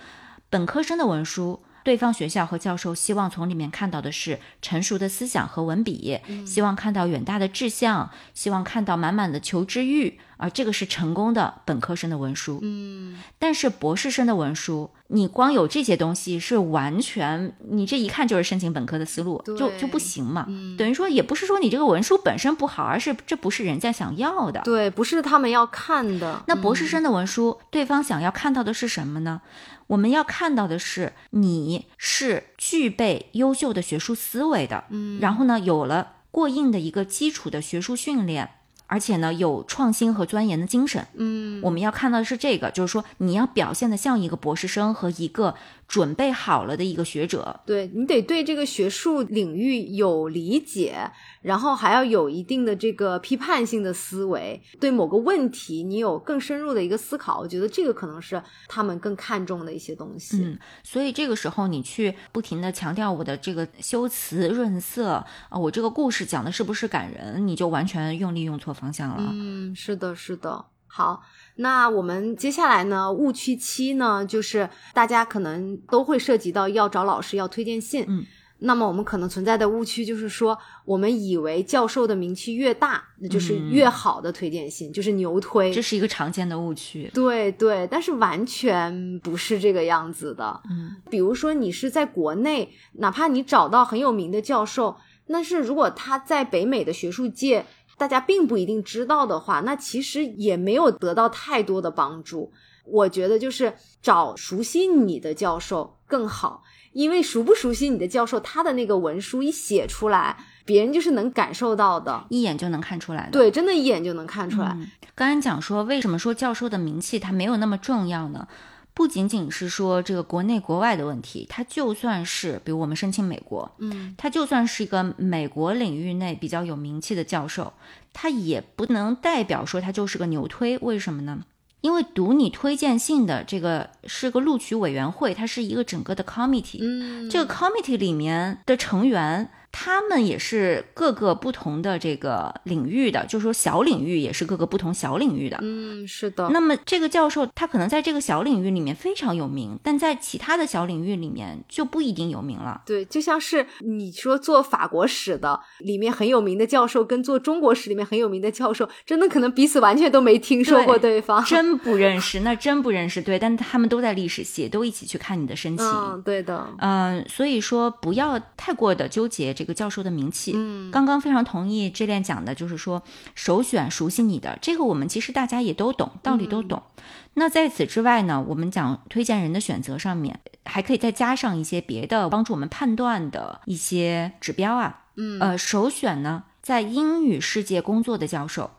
本科生的文书。对方学校和教授希望从里面看到的是成熟的思想和文笔，嗯希望看到远大的志向，希望看到满满的求知欲，而这个是成功的本科生的文书。嗯，但是博士生的文书，你光有这些东西是完全，你这一看就是申请本科的思路，就就对不嗯行嘛。等于说也不是说你这个文书本身不好，而是这不是人家想要的。对，不是他们要看的。那博士生的文书，对方想要看到的是什么呢？我们要看到的是你是具备优秀的学术思维的，嗯，然后呢，有了过硬的一个基础的学术训练，而且呢，有创新和钻研的精神，嗯，我们要看到的是这个，就是说你要表现的像一个博士生和一个准备好了的一个学者，对你得对这个学术领域有理解，然后还要有一定的这个批判性的思维，对某个问题你有更深入的一个思考。我觉得这个可能是他们更看重的一些东西。嗯所以这个时候，你去不停的强调我的这个修辞润色啊、我这个故事讲的是不是感人，你就完全用力用错方向了。嗯，是的，是的。好，那我们接下来呢，误区七呢，就是大家可能都会涉及到要找老师，要推荐信。嗯，那么我们可能存在的误区就是说，我们以为教授的名气越大，那就是越好的推荐信，就是牛推嗯这。是一个常见的误区。对对，但是完全不是这个样子的。嗯，比如说，你是在国内，哪怕你找到很有名的教授，但是如果他在北美的学术界大家并不一定知道的话，那其实也没有得到太多的帮助。我觉得就是找熟悉你的教授更好，因为熟不熟悉你的教授，他的那个文书一写出来，别人就是能感受到的。一眼就能看出来的。对，真的一眼就能看出来。刚才讲说，为什么说教授的名气它没有那么重要呢？不仅仅是说这个国内国外的问题，它就算是比如我们申请美国，嗯，他就算是一个美国领域内比较有名气的教授，他也不能代表说他就是个牛推。为什么呢？因为读你推荐信的这个是个录取委员会，它是一个整个的 committee，、嗯，这个 committee 里面的成员，他们也是各个不同的这个领域的，就是说小领域也是各个不同小领域的。嗯，是的。那么这个教授他可能在这个小领域里面非常有名，但在其他的小领域里面就不一定有名了。对，就像是你说做法国史的里面很有名的教授，跟做中国史里面很有名的教授，真的可能彼此完全都没听说过对方。真不认识，那真不认识。对，但他们都在历史嗯系，都一起去看你的申请。呃嗯，对的，嗯、所以说不要太过的纠结这个教授的名气。嗯，刚刚非常同意 J 恋讲的，就是说首选熟悉你的这个，我们其实大家也都懂，道理都懂。嗯那在此之外呢，我们讲推荐人的选择上面，还可以再加上一些别的帮助我们判断的一些指标啊。嗯呃，首选呢，在英语世界工作的教授，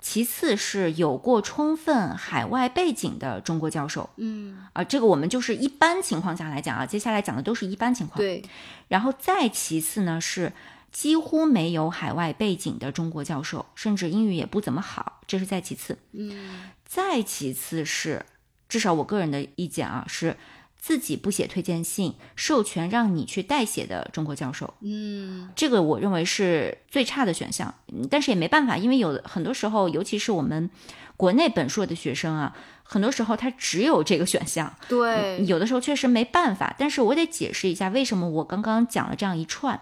其次是有过充分海外背景的中国教授。嗯，啊，这个我们就是一般情况下来讲啊，接下来讲的都是一般情况。，对，然后再其次呢是几乎没有海外背景的中国教授，甚至英语也不怎么好，这是再其次。嗯再其次是，至少我个人的意见啊是。自己不写推荐信，授权让你去代写的中国教授，嗯这个我认为是最差的选项。嗯但是也没办法，因为有的很多时候，尤其是我们国内本硕的学生啊，很多时候他只有这个选项，对，有的时候确实没办法，但是我得解释一下为什么我刚刚讲了这样一串。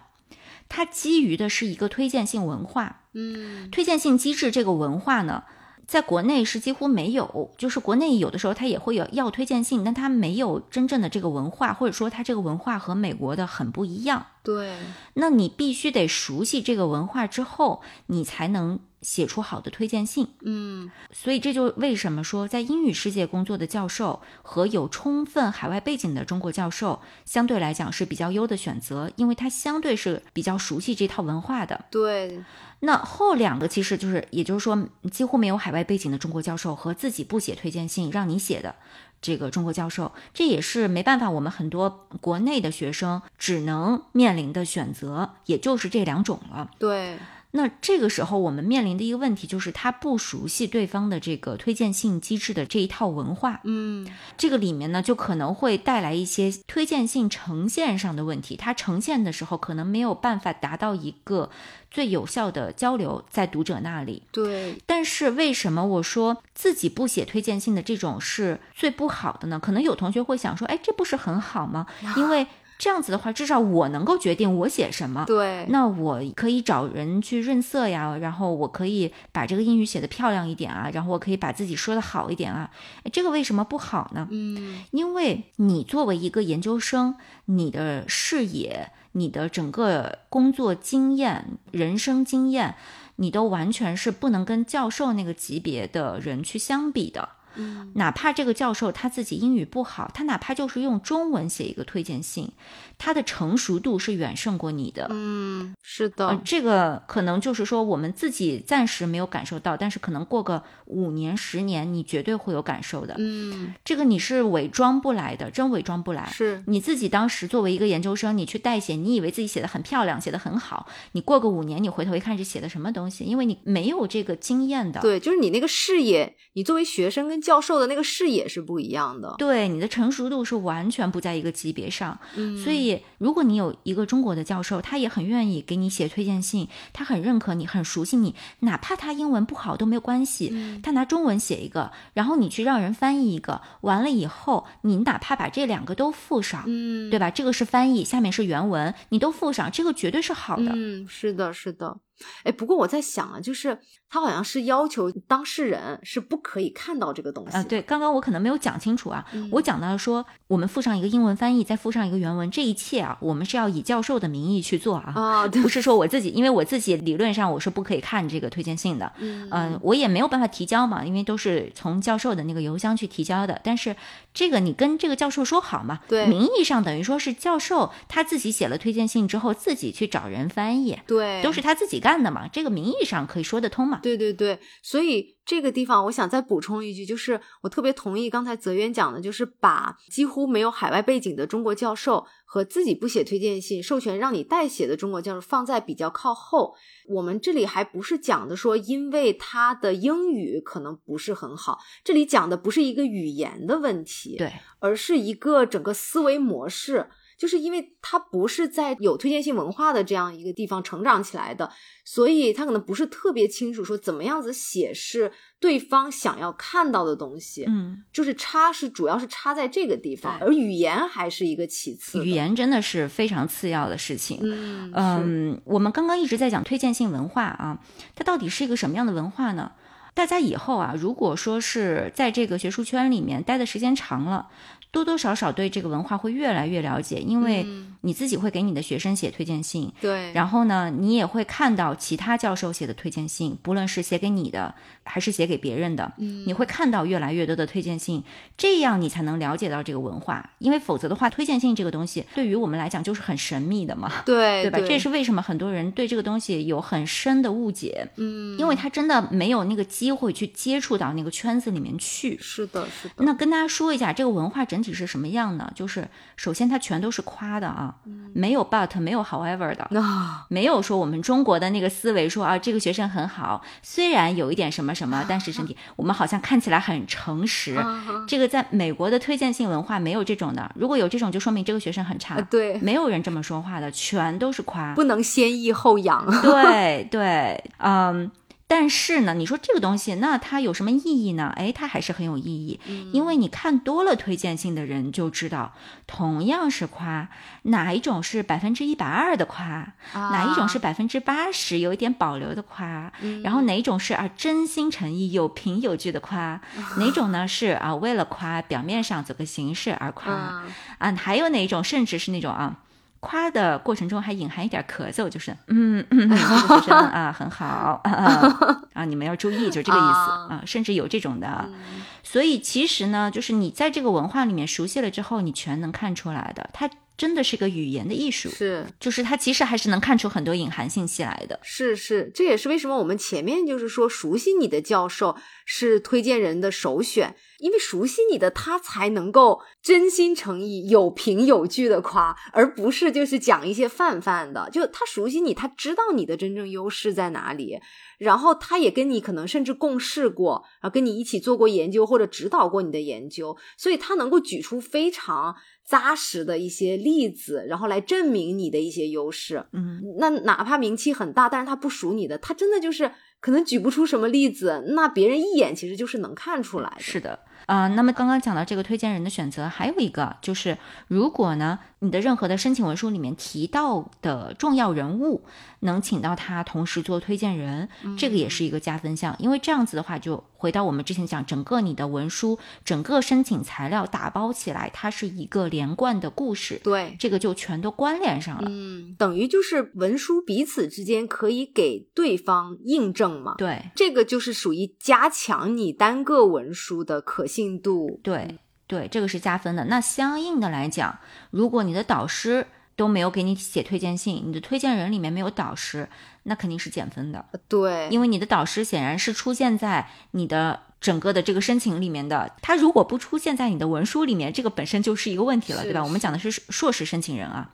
它基于的是一个推荐性文化，嗯推荐性机制这个文化呢，在国内是几乎没有，就是国内有的时候它也会有要推荐性，但它没有真正的这个文化，或者说它这个文化和美国的很不一样。对，那你必须得熟悉这个文化之后，你才能写出好的推荐信。嗯所以这就为什么说，在英语世界工作的教授和有充分海外背景的中国教授，相对来讲是比较优的选择，因为他相对是比较熟悉这套文化的。对，那后两个其实就是，也就是说，几乎没有海外背景的中国教授和自己不写推荐信让你写的这个中国教授，这也是没办法，我们很多国内的学生只能面临的选择，也就是这两种了。对，那这个时候我们面临的一个问题就是，他不熟悉对方的这个推荐性机制的这一套文化，嗯这个里面呢，就可能会带来一些推荐性呈现上的问题。它呈现的时候，可能没有办法达到一个最有效的交流在读者那里。对，但是为什么我说自己不写推荐信的这种是最不好的呢？可能有同学会想说，哎，这不是很好吗？因为这样子的话，至少我能够决定我写什么。对，那我可以找人去润色呀，然后我可以把这个英语写得漂亮一点啊，然后我可以把自己说得好一点啊，诶这个为什么不好呢？嗯因为你作为一个研究生，你的视野、你的整个工作经验、人生经验，你都完全是不能跟教授那个级别的人去相比的。嗯哪怕这个教授他自己英语不好，他哪怕就是用中文写一个推荐信，他的成熟度是远胜过你的。嗯，是呃的，这个可能就是说我们自己暂时没有感受到，但是可能过个五年、十年，你绝对会有感受的。嗯这个你是伪装不来的，真伪装不来。是，你自己当时作为一个研究生，你去代写，你以为自己写的很漂亮，写的很好，你过个五年，你回头一看是写的什么东西，因为你没有这个经验的。对，就是你那个视野，你作为学生跟教授的那个视野是不一样的，对你的成熟度是完全不在一个级别上，嗯所以如果你有一个中国的教授，他也很愿意给你写推荐信，他很认可你，很熟悉你，哪怕他英文不好都没有关系，嗯他拿中文写一个，然后你去让人翻译一个，完了以后你哪怕把这两个都附上，嗯，对吧？这个是翻译，下面是原文，你都附上，这个绝对是好的。嗯，是的，是的。哎，不过我在想啊，就是他好像是要求当事人是不可以看到这个东西啊，的，对，刚刚我可能没有讲清楚啊，嗯我讲到说，我们附上一个英文翻译，再附上一个原文，这一切啊，我们是要以教授的名义去做啊，啊，对不，是说我自己，因为我自己理论上我是不可以看这个推荐信的，嗯嗯、我也没有办法提交嘛，因为都是从教授的那个邮箱去提交的。但是这个你跟这个教授说好嘛，对名义上等于说是教授他自己写了推荐信之后，自己去找人翻译，对，都是他自己干的嘛，这个名义上可以说得通嘛。对对对，所以这个地方我想再补充一句，就是我特别同意刚才泽渊讲的，就是把几乎没有海外背景的中国教授和自己不写推荐信、授权让你代写的中国教授放在比较靠后。我们这里还不是讲的说，因为他的英语可能不是很好，这里讲的不是一个语言的问题，对，而是一个整个思维模式。就是因为他不是在有推荐性文化的这样一个地方成长起来的，所以他可能不是特别清楚说怎么样子写是对方想要看到的东西，嗯，就是差是主要是差在这个地方，对而语言还是一个其次的。语，言真的是非常次要的事情。嗯嗯嗯，我们刚刚一直在讲推荐性文化啊，它到底是一个什么样的文化呢？大家以后啊，如果说是在这个学术圈里面待的时间长了，多多少少对这个文化会越来越了解，因为你自己会给你的学生写推荐信，嗯对，然后呢，你也会看到其他教授写的推荐信，不论是写给你的还是写给别人的，嗯你会看到越来越多的推荐信，这样你才能了解到这个文化。因为否则的话，推荐信这个东西对于我们来讲就是很神秘的嘛，对对吧？对这也是为什么很多人对这个东西有很深的误解，嗯，因为他真的没有那个机会去接触到那个圈子里面去。是的，是的，那跟大家说一下，这个文化整体是什么样呢？就是首先它全都是夸的啊，没有 but，没有 however 的，嗯那没有说我们中国的那个思维说啊，这个学生很好，虽然有一点什么什么，但是身体我们好像看起来很诚实。嗯啊这个在美国的推荐性文化没有这种的，如果有这种，就说明这个学生很差。啊对没有人这么说话的，全都是夸。不能先抑后扬，对对，嗯。但是呢，你说这个东西，那它有什么意义呢？哎，它还是很有意义，因为你看多了推荐信的人就知道，同样是夸，哪一种是百分之一百二的夸，哪一种是啊百分之八十有一点保留的夸，然后哪一种是啊真心诚意有凭有据的夸，哪种呢是啊为了夸表面上走个形式而夸，啊啊，还有哪一种，甚至是那种啊，夸的过程中还隐含一点咳嗽，就是嗯嗯，这个学生啊很好啊啊啊，你们要注意，就这个意思啊啊，甚至有这种的啊。嗯所以其实呢，就是你在这个文化里面熟悉了之后，你全能看出来的，它真的是个语言的艺术，是就是它其实还是能看出很多隐含信息来的。是是，这也是为什么我们前面就是说，熟悉你的教授是推荐人的首选，因为熟悉你的他才能够真心诚意、有凭有据的夸，而不是就是讲一些泛泛的。就他熟悉你，他知道你的真正优势在哪里，然后他也跟你可能甚至共事过，然后跟你一起做过研究或者指导过你的研究，所以他能够举出非常扎实的一些例子，然后来证明你的一些优势。嗯，那哪怕名气很大，但是他不属你的，他真的就是可能举不出什么例子，那别人一眼其实就是能看出来的。是的。啊、那么刚刚讲到这个推荐人的选择，还有一个就是，如果呢你的任何的申请文书里面提到的重要人物能请到他同时做推荐人，这个也是一个加分项，因为这样子的话，就回到我们之前讲，整个你的文书、整个申请材料打包起来，它是一个连贯的故事，对，这个就全都关联上了。嗯，等于就是文书彼此之间可以给对方印证嘛。对这个就是属于加强你单个文书的可信度。对对，这个是加分的。那相应的来讲，如果你的导师都没有给你写推荐信，你的推荐人里面没有导师，那肯定是减分的，对，因为你的导师显然是出现在你的。整个的这个申请里面的，他如果不出现在你的文书里面，这个本身就是一个问题了，是对吧？我们讲的是硕士申请人啊，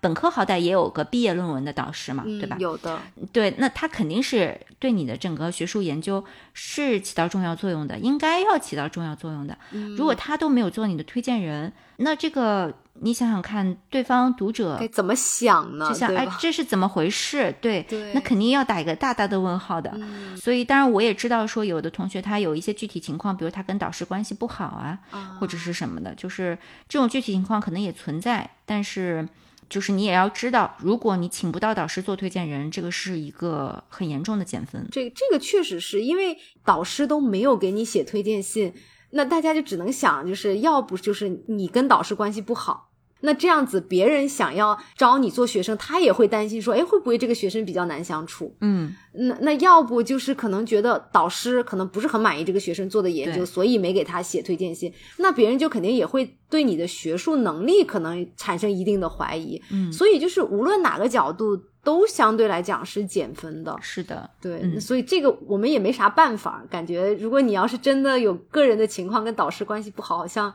本科好歹也有个毕业论文的导师嘛，嗯对吧？有的，对，那它肯定是对你的整个学术研究是起到重要作用的，应该要起到重要作用的。嗯如果他都没有做你的推荐人，那这个你想想看，对方读者该怎么想呢？就想，对哎吧，？这是怎么回事？对，对嗯那肯定要打一个大大的问号的。所以，当然我也知道说，有的同学他有一些具体情况，比如他跟导师关系不好啊，或者是什么的，就是这种具体情况可能也存在，但是。就是你也要知道，如果你请不到导师做推荐人，这个是一个很严重的减分。这这个确实是因为导师都没有给你写推荐信，那大家就只能想，就是要不就是你跟导师关系不好。那这样子，别人想要招你做学生，他也会担心说，哎，会不会这个学生比较难相处？嗯，那那要不就是可能觉得导师可能不是很满意这个学生做的研究，对所以没给他写推荐信，那别人就肯定也会对你的学术能力可能产生一定的怀疑。嗯所以就是无论哪个角度，都相对来讲是减分的。是的，对，嗯所以这个我们也没啥办法。感觉如果你要是真的有个人的情况跟导师关系不好，好像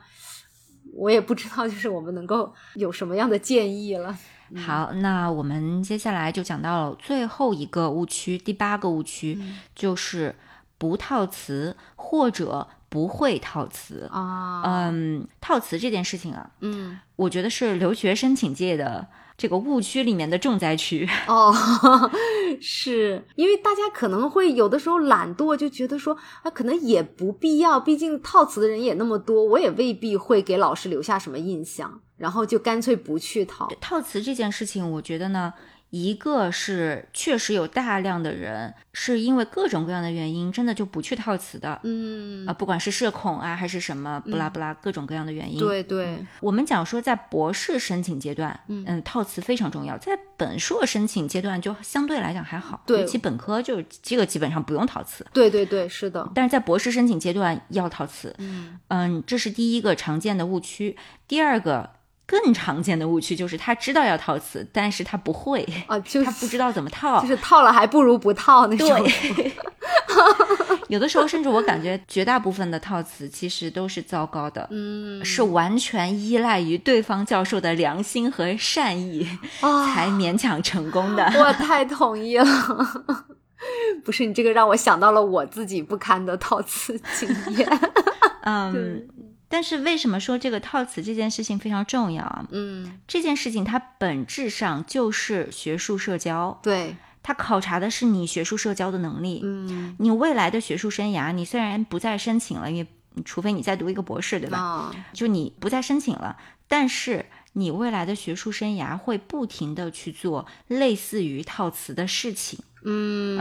我也不知道，就是我们能够有什么样的建议了。好，那我们接下来就讲到了最后一个误区，第八个误区、就是不套词或者不会套词。啊，嗯，套词这件事情啊，嗯，我觉得是留学申请界的这个误区里面的重灾区。哦， [LAUGHS] 是因为大家可能会有的时候懒惰，就觉得说啊，可能也不必要，毕竟套词的人也那么多，我也未必会给老师留下什么印象，然后就干脆不去套。套词这件事情，我觉得呢，一个是确实有大量的人是因为各种各样的原因，真的就不去套词的，嗯啊、不管是社恐啊还是什么不拉不拉各种各样的原因。对对，我们讲说在博士申请阶段，嗯套词非常重要，在本硕申请阶段就相对来讲还好，对尤其本科就这个基本上不用套词。对对对，是的，但是在博士申请阶段要套词，嗯这是第一个常见的误区。第二个更常见的误区就是他知道要套词，但是他不会，啊， [LAUGHS] 就他不知道怎么套就。是套了还不如不套那种。对，有的时候甚至我感觉绝大部分的套词其实都是糟糕的， [LAUGHS] 嗯，是完全依赖于对方教授的良心和善意、啊才勉强成 [LAUGHS] 功的。我太同意了。 [LAUGHS] 不是你这个让我想到了我自己不堪的套词经验。 [LAUGHS] 嗯，但是为什么说这个套词这件事情非常重要啊？嗯，这件事情它本质上就是学术社交，对，它考察的是你学术社交的能力。嗯你未来的学术生涯，你虽然不再申请了，因为除非你再读一个博士，对吧？啊，就你不再申请了，但是你未来的学术生涯会不停的去做类似于套词的事情啊、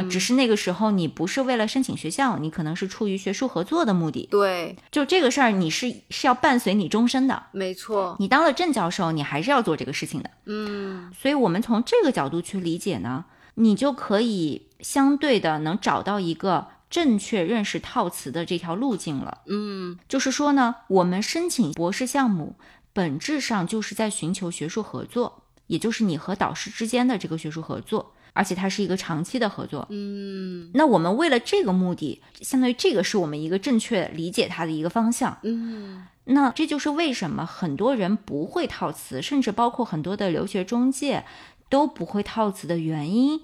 嗯，只是那个时候你不是为了申请学校，你可能是出于学术合作的目的。对，就这个事儿，你是是要伴随你终身的。没错，你当了正教授，你还是要做这个事情的。嗯所以我们从这个角度去理解呢，你就可以相对的能找到一个正确认识套词的这条路径了。嗯，就是说呢，我们申请博士项目，本质上就是在寻求学术合作，也就是你和导师之间的这个学术合作，而且它是一个长期的合作。嗯那我们为了这个目的，相当于这个是我们一个正确理解它的一个方向。嗯，那这就是为什么很多人不会套词，甚至包括很多的留学中介都不会套词的原因，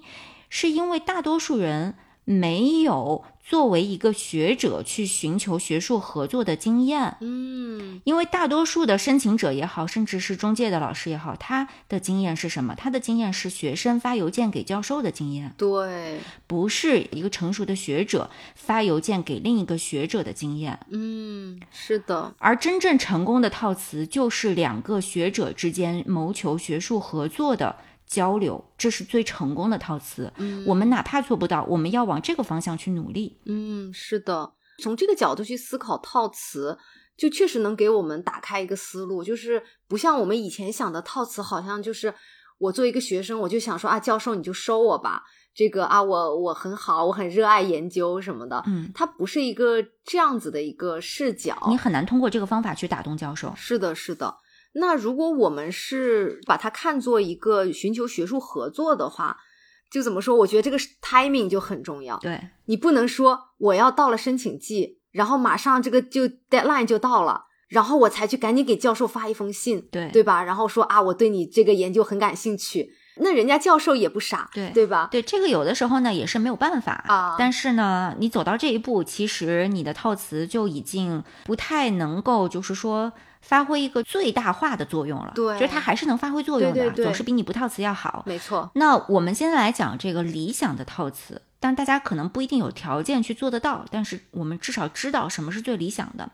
是因为大多数人没有作为一个学者去寻求学术合作的经验。嗯，因为大多数的申请者也好，甚至是中介的老师也好，他的经验是什么？他的经验是学生发邮件给教授的经验，对，不是一个成熟的学者发邮件给另一个学者的经验。嗯，是的，而真正成功的套词，就是两个学者之间谋求学术合作的交流，这是最成功的套词。我们哪怕做不到，我们要往这个方向去努力。嗯，是的，从这个角度去思考套词，就确实能给我们打开一个思路，就是不像我们以前想的套词，好像就是我作为一个学生，我就想说啊，教授你就收我吧，这个啊，我我很好，我很热爱研究什么的，嗯，它不是一个这样子的一个视角。你很难通过这个方法去打动教授。是的，是的。那如果我们是把它看作一个寻求学术合作的话，就怎么说？我觉得这个是 timing 就很重要。对，你不能说我要到了申请季，然后马上这个就 deadline 就到了，然后我才去赶紧给教授发一封信，对对吧？然后说啊，我对你这个研究很感兴趣，那人家教授也不傻，对对吧？对，这个有的时候呢也是没有办法啊但是呢，你走到这一步，其实你的套词就已经不太能够，就是说发挥一个最大化的作用了。对就是它还是能发挥作用的，对对对总是比你不套词要好。没错，那我们先来讲这个理想的套词，但大家可能不一定有条件去做得到，但是我们至少知道什么是最理想的。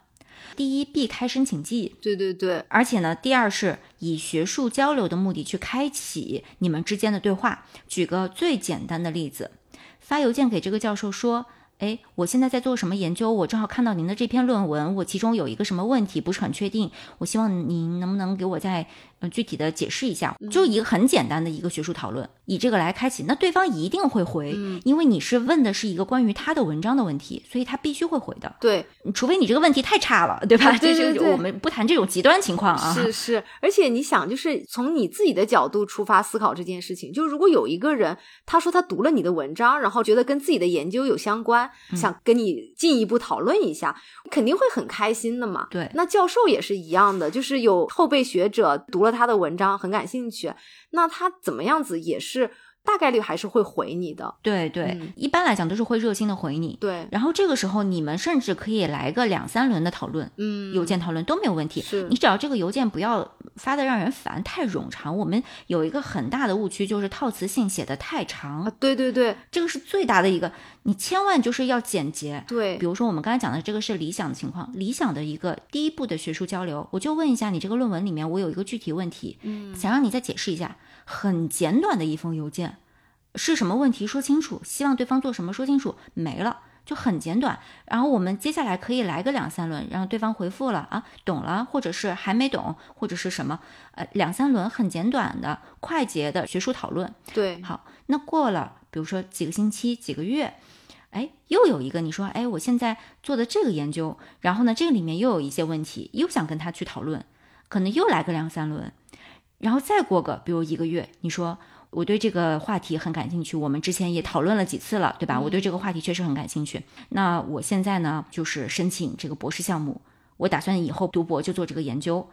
第一，避开申请季，对对对，而且呢，第二是以学术交流的目的去开启你们之间的对话。举个最简单的例子，发邮件给这个教授说。哎，我现在在做什么研究？我正好看到您的这篇论文，我其中有一个什么问题不是很确定，我希望您能不能给我再呃具体的解释一下？就一个很简单的一个学术讨论，以这个来开启，那对方一定会回，因为你是问的是一个关于他的文章的问题，所以他必须会回的。对，除非你这个问题太差了，对吧？啊对对对这是我们不谈这种极端情况啊。是是，而且你想，就是从你自己的角度出发思考这件事情，就是如果有一个人他说他读了你的文章，然后觉得跟自己的研究有相关，嗯想跟你进一步讨论一下，肯定会很开心的嘛。对那教授也是一样的，就是有后辈学者读了他的文章很感兴趣，那他怎么样子也是大概率还是会回你的。对对，嗯一般来讲都是会热心的回你。对，然后这个时候，你们甚至可以来个两三轮的讨论，嗯，邮件讨论都没有问题是。你只要这个邮件不要发的让人烦，太冗长。我们有一个很大的误区，就是套词性写的太长，啊，对对对这个是最大的一个。你千万就是要简洁。对比，如说我们刚才讲的这个是理想的情况，理想的一个第一步的学术交流，我就问一下你这个论文里面，我有一个具体问题，嗯，想让你再解释一下，很简短的一封邮件，是什么问题说清楚，希望对方做什么说清楚，没了。就很简短，然后我们接下来可以来个两三轮，然后对方回复了啊，懂了，或者是还没懂，或者是什么，呃，两三轮很简短的、快捷的学术讨论，对好，那过了，比如说几个星期、几个月，哎，又有一个你说，哎，我现在做的这个研究，然后呢，这个里面又有一些问题，又想跟他去讨论，可能又来个两三轮，然后再过个，比如一个月，你说。我对这个话题很感兴趣，我们之前也讨论了几次了，对吧？嗯我对这个话题确实很感兴趣。那我现在呢，就是申请这个博士项目，我打算以后读博就做这个研究，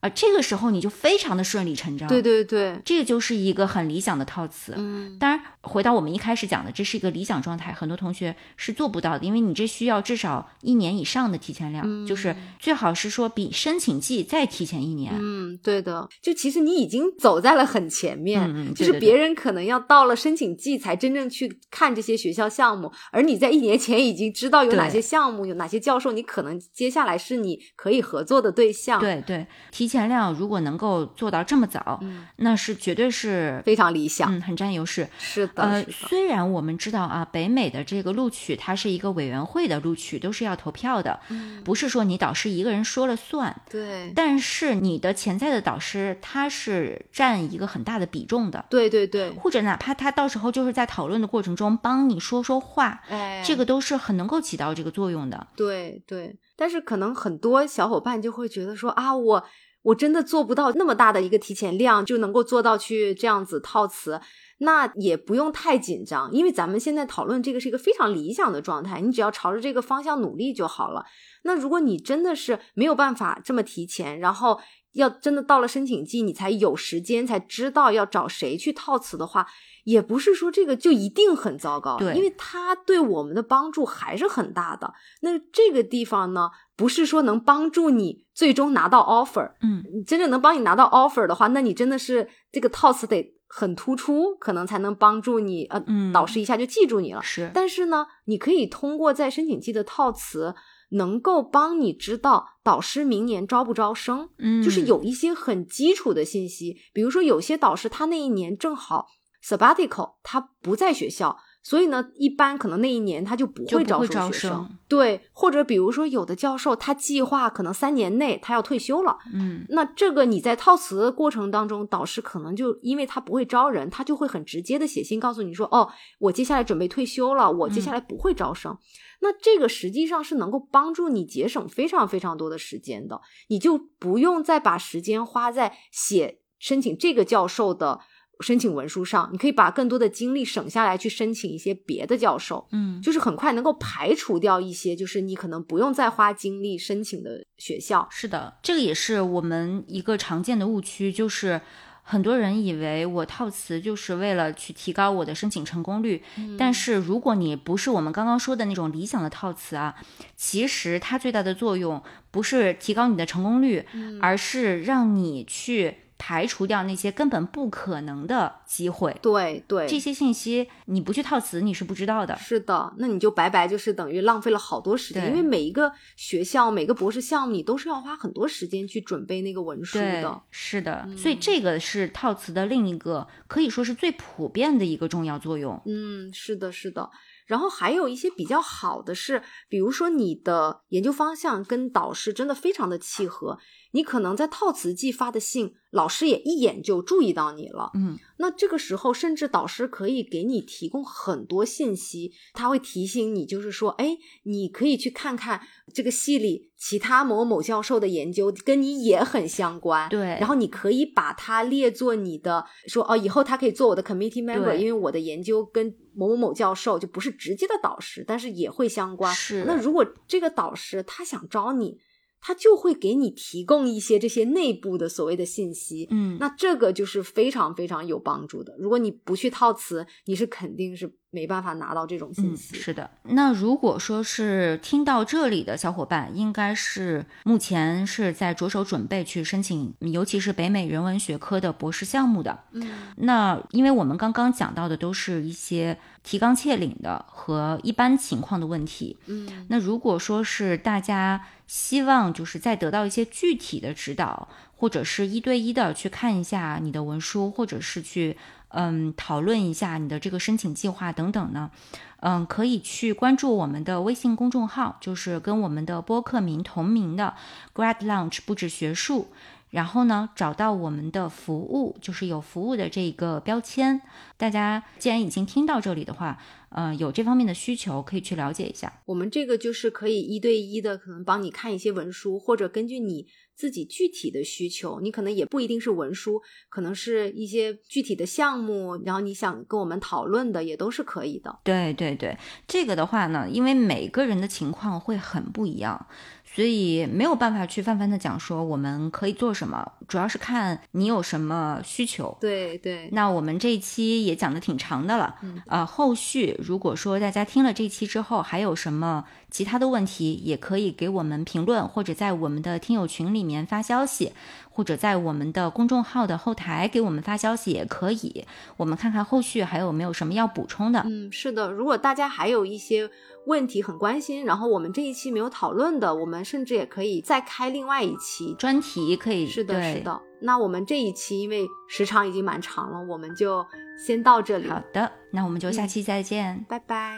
啊，这个时候你就非常的顺理成章，对对对，这个就是一个很理想的套词。嗯，当然，回到我们一开始讲的，这是一个理想状态，很多同学是做不到的，因为你这需要至少一年以上的提前量，就是最好是说比申请季再提前一年。嗯，对的。就其实你已经走在了很前面，嗯就嗯对是对对别人可能要到了申请季才真正去看这些学校项目，而你在一年前已经知道有哪对些项目，有哪些教授，你可能接下来是你可以合作的对象，，对对，提前量如果能够做到这么早，那是绝对是嗯非常理想。嗯很占优势。是的，呃，是的，虽然我们知道啊，北美的这个录取它是一个委员会的录取，都是要投票的，不是说你导师一个人说了算。嗯对，但是你的潜在的导师，他是占一个很大的比重的，对对对，或者哪怕他到时候就是在讨论的过程中帮你说说话，哎，这个都是很能够起到这个作用的。对对，但是可能很多小伙伴就会觉得说啊，我我真的做不到那么大的一个提前量，就能够做到去这样子套词。那也不用太紧张，因为咱们现在讨论这个是一个非常理想的状态，你只要朝着这个方向努力就好了。那如果你真的是没有办法这么提前，然后要真的到了申请季，你才有时间才知道要找谁去套词的话，也不是说这个就一定很糟糕，对因为它对我们的帮助还是很大的。那这个地方呢，不是说能帮助你最终拿到 offer，嗯，你真正能帮你拿到 offer 的话，那你真的是这个套词得很突出，可能才能帮助你呃，嗯导师一下就记住你了。是，但是呢，你可以通过在申请季的套词，能够帮你知道导师明年招不招生，嗯，就是有一些很基础的信息，比如说有些导师他那一年正好 sabbatical，他不在学校，所以呢，一般可能那一年他就不就会不招会收学招生。生，对，或者比如说有的教授他计划可能三年内他要退休了，嗯，那这个你在套词的过程当中，导师可能就因为他不会招人，他就会很直接的写信告诉你说，哦，我接下来准备退休了，我接下来不会招生。那这个实际上是能够帮助你节省非常非常多的时间的，你就不用再把时间花在写申请这个教授的申请文书上，你可以把更多的精力省下来去申请一些别的教授。嗯，就是很快能够排除掉一些，就是你可能不用再花精力申请的学校。是的，这个也是我们一个常见的误区，就是很多人以为我套词就是为了去提高我的申请成功率，但是如果你不是我们刚刚说的那种理想的套词啊，其实它最大的作用不是提高你的成功率，而是让你去排除掉那些根本不可能的机会。对对，这些信息你不去套词，你是不知道的。是的，那你就白白就是等于浪费了好多时间，对因为每一个学校、每个博士项目，你都是要花很多时间去准备那个文书对的。，是的，所以嗯这个是套词的另一个可以说是最普遍的一个重要作用。嗯，是的，是的。然后还有一些比较好的是，比如说你的研究方向跟导师真的非常的契合，你可能在套词季发的信，老师也一眼就注意到你了。嗯，那这个时候，甚至导师可以给你提供很多信息，他会提醒你，就是说，哎，你可以去看看这个系里其他某某教授的研究，跟你也很相关。对然后你可以把它列作你的，说哦，以后他可以做我的 committee member，对因为我的研究跟某某某教授就不是直接的导师，但是也会相关。是那如果这个导师他想招你，它就会给你提供一些这些内部的所谓的信息。嗯，那这个就是非常非常有帮助的。如果你不去套词，你是肯定是没办法拿到这种信嗯，息。是的。那如果说是听到这里的小伙伴，应该是目前是在着手准备去申请，尤其是北美人文学科的博士项目的。嗯那因为我们刚刚讲到的都是一些提纲挈领的和一般情况的问题。嗯那如果说是大家希望就是再得到一些具体的指导，或者是一对一的去看一下你的文书，或者是去嗯讨论一下你的这个申请计划等等呢，嗯，可以去关注我们的微信公众号，就是跟我们的播客名同名的 Grad Lounge 不止学术。然后呢，找到我们的服务，就是有服务的这个标签。大家既然已经听到这里的话，呃，有这方面的需求可以去了解一下。我们这个就是可以一对一的，可能帮你看一些文书，或者根据你自己具体的需求，你可能也不一定是文书，可能是一些具体的项目，然后你想跟我们讨论的也都是可以的。对对对，这个的话呢，因为每个人的情况会很不一样，所以没有办法去泛泛的讲说我们可以做什么，主要是看你有什么需求。对对，那我们这一期也讲的挺长的了，嗯呃，后续如果说大家听了这期之后还有什么其他的问题，也可以给我们评论，或者在我们的听友群里面发消息，或者在我们的公众号的后台给我们发消息也可以，我们看看后续还有没有什么要补充的。嗯，是的。如果大家还有一些问题很关心，然后我们这一期没有讨论的，我们甚至也可以再开另外一期。专题可以是的，对是的。那我们这一期因为时长已经蛮长了，我们就先到这里，嗯好的，那我们就下期再见。拜拜。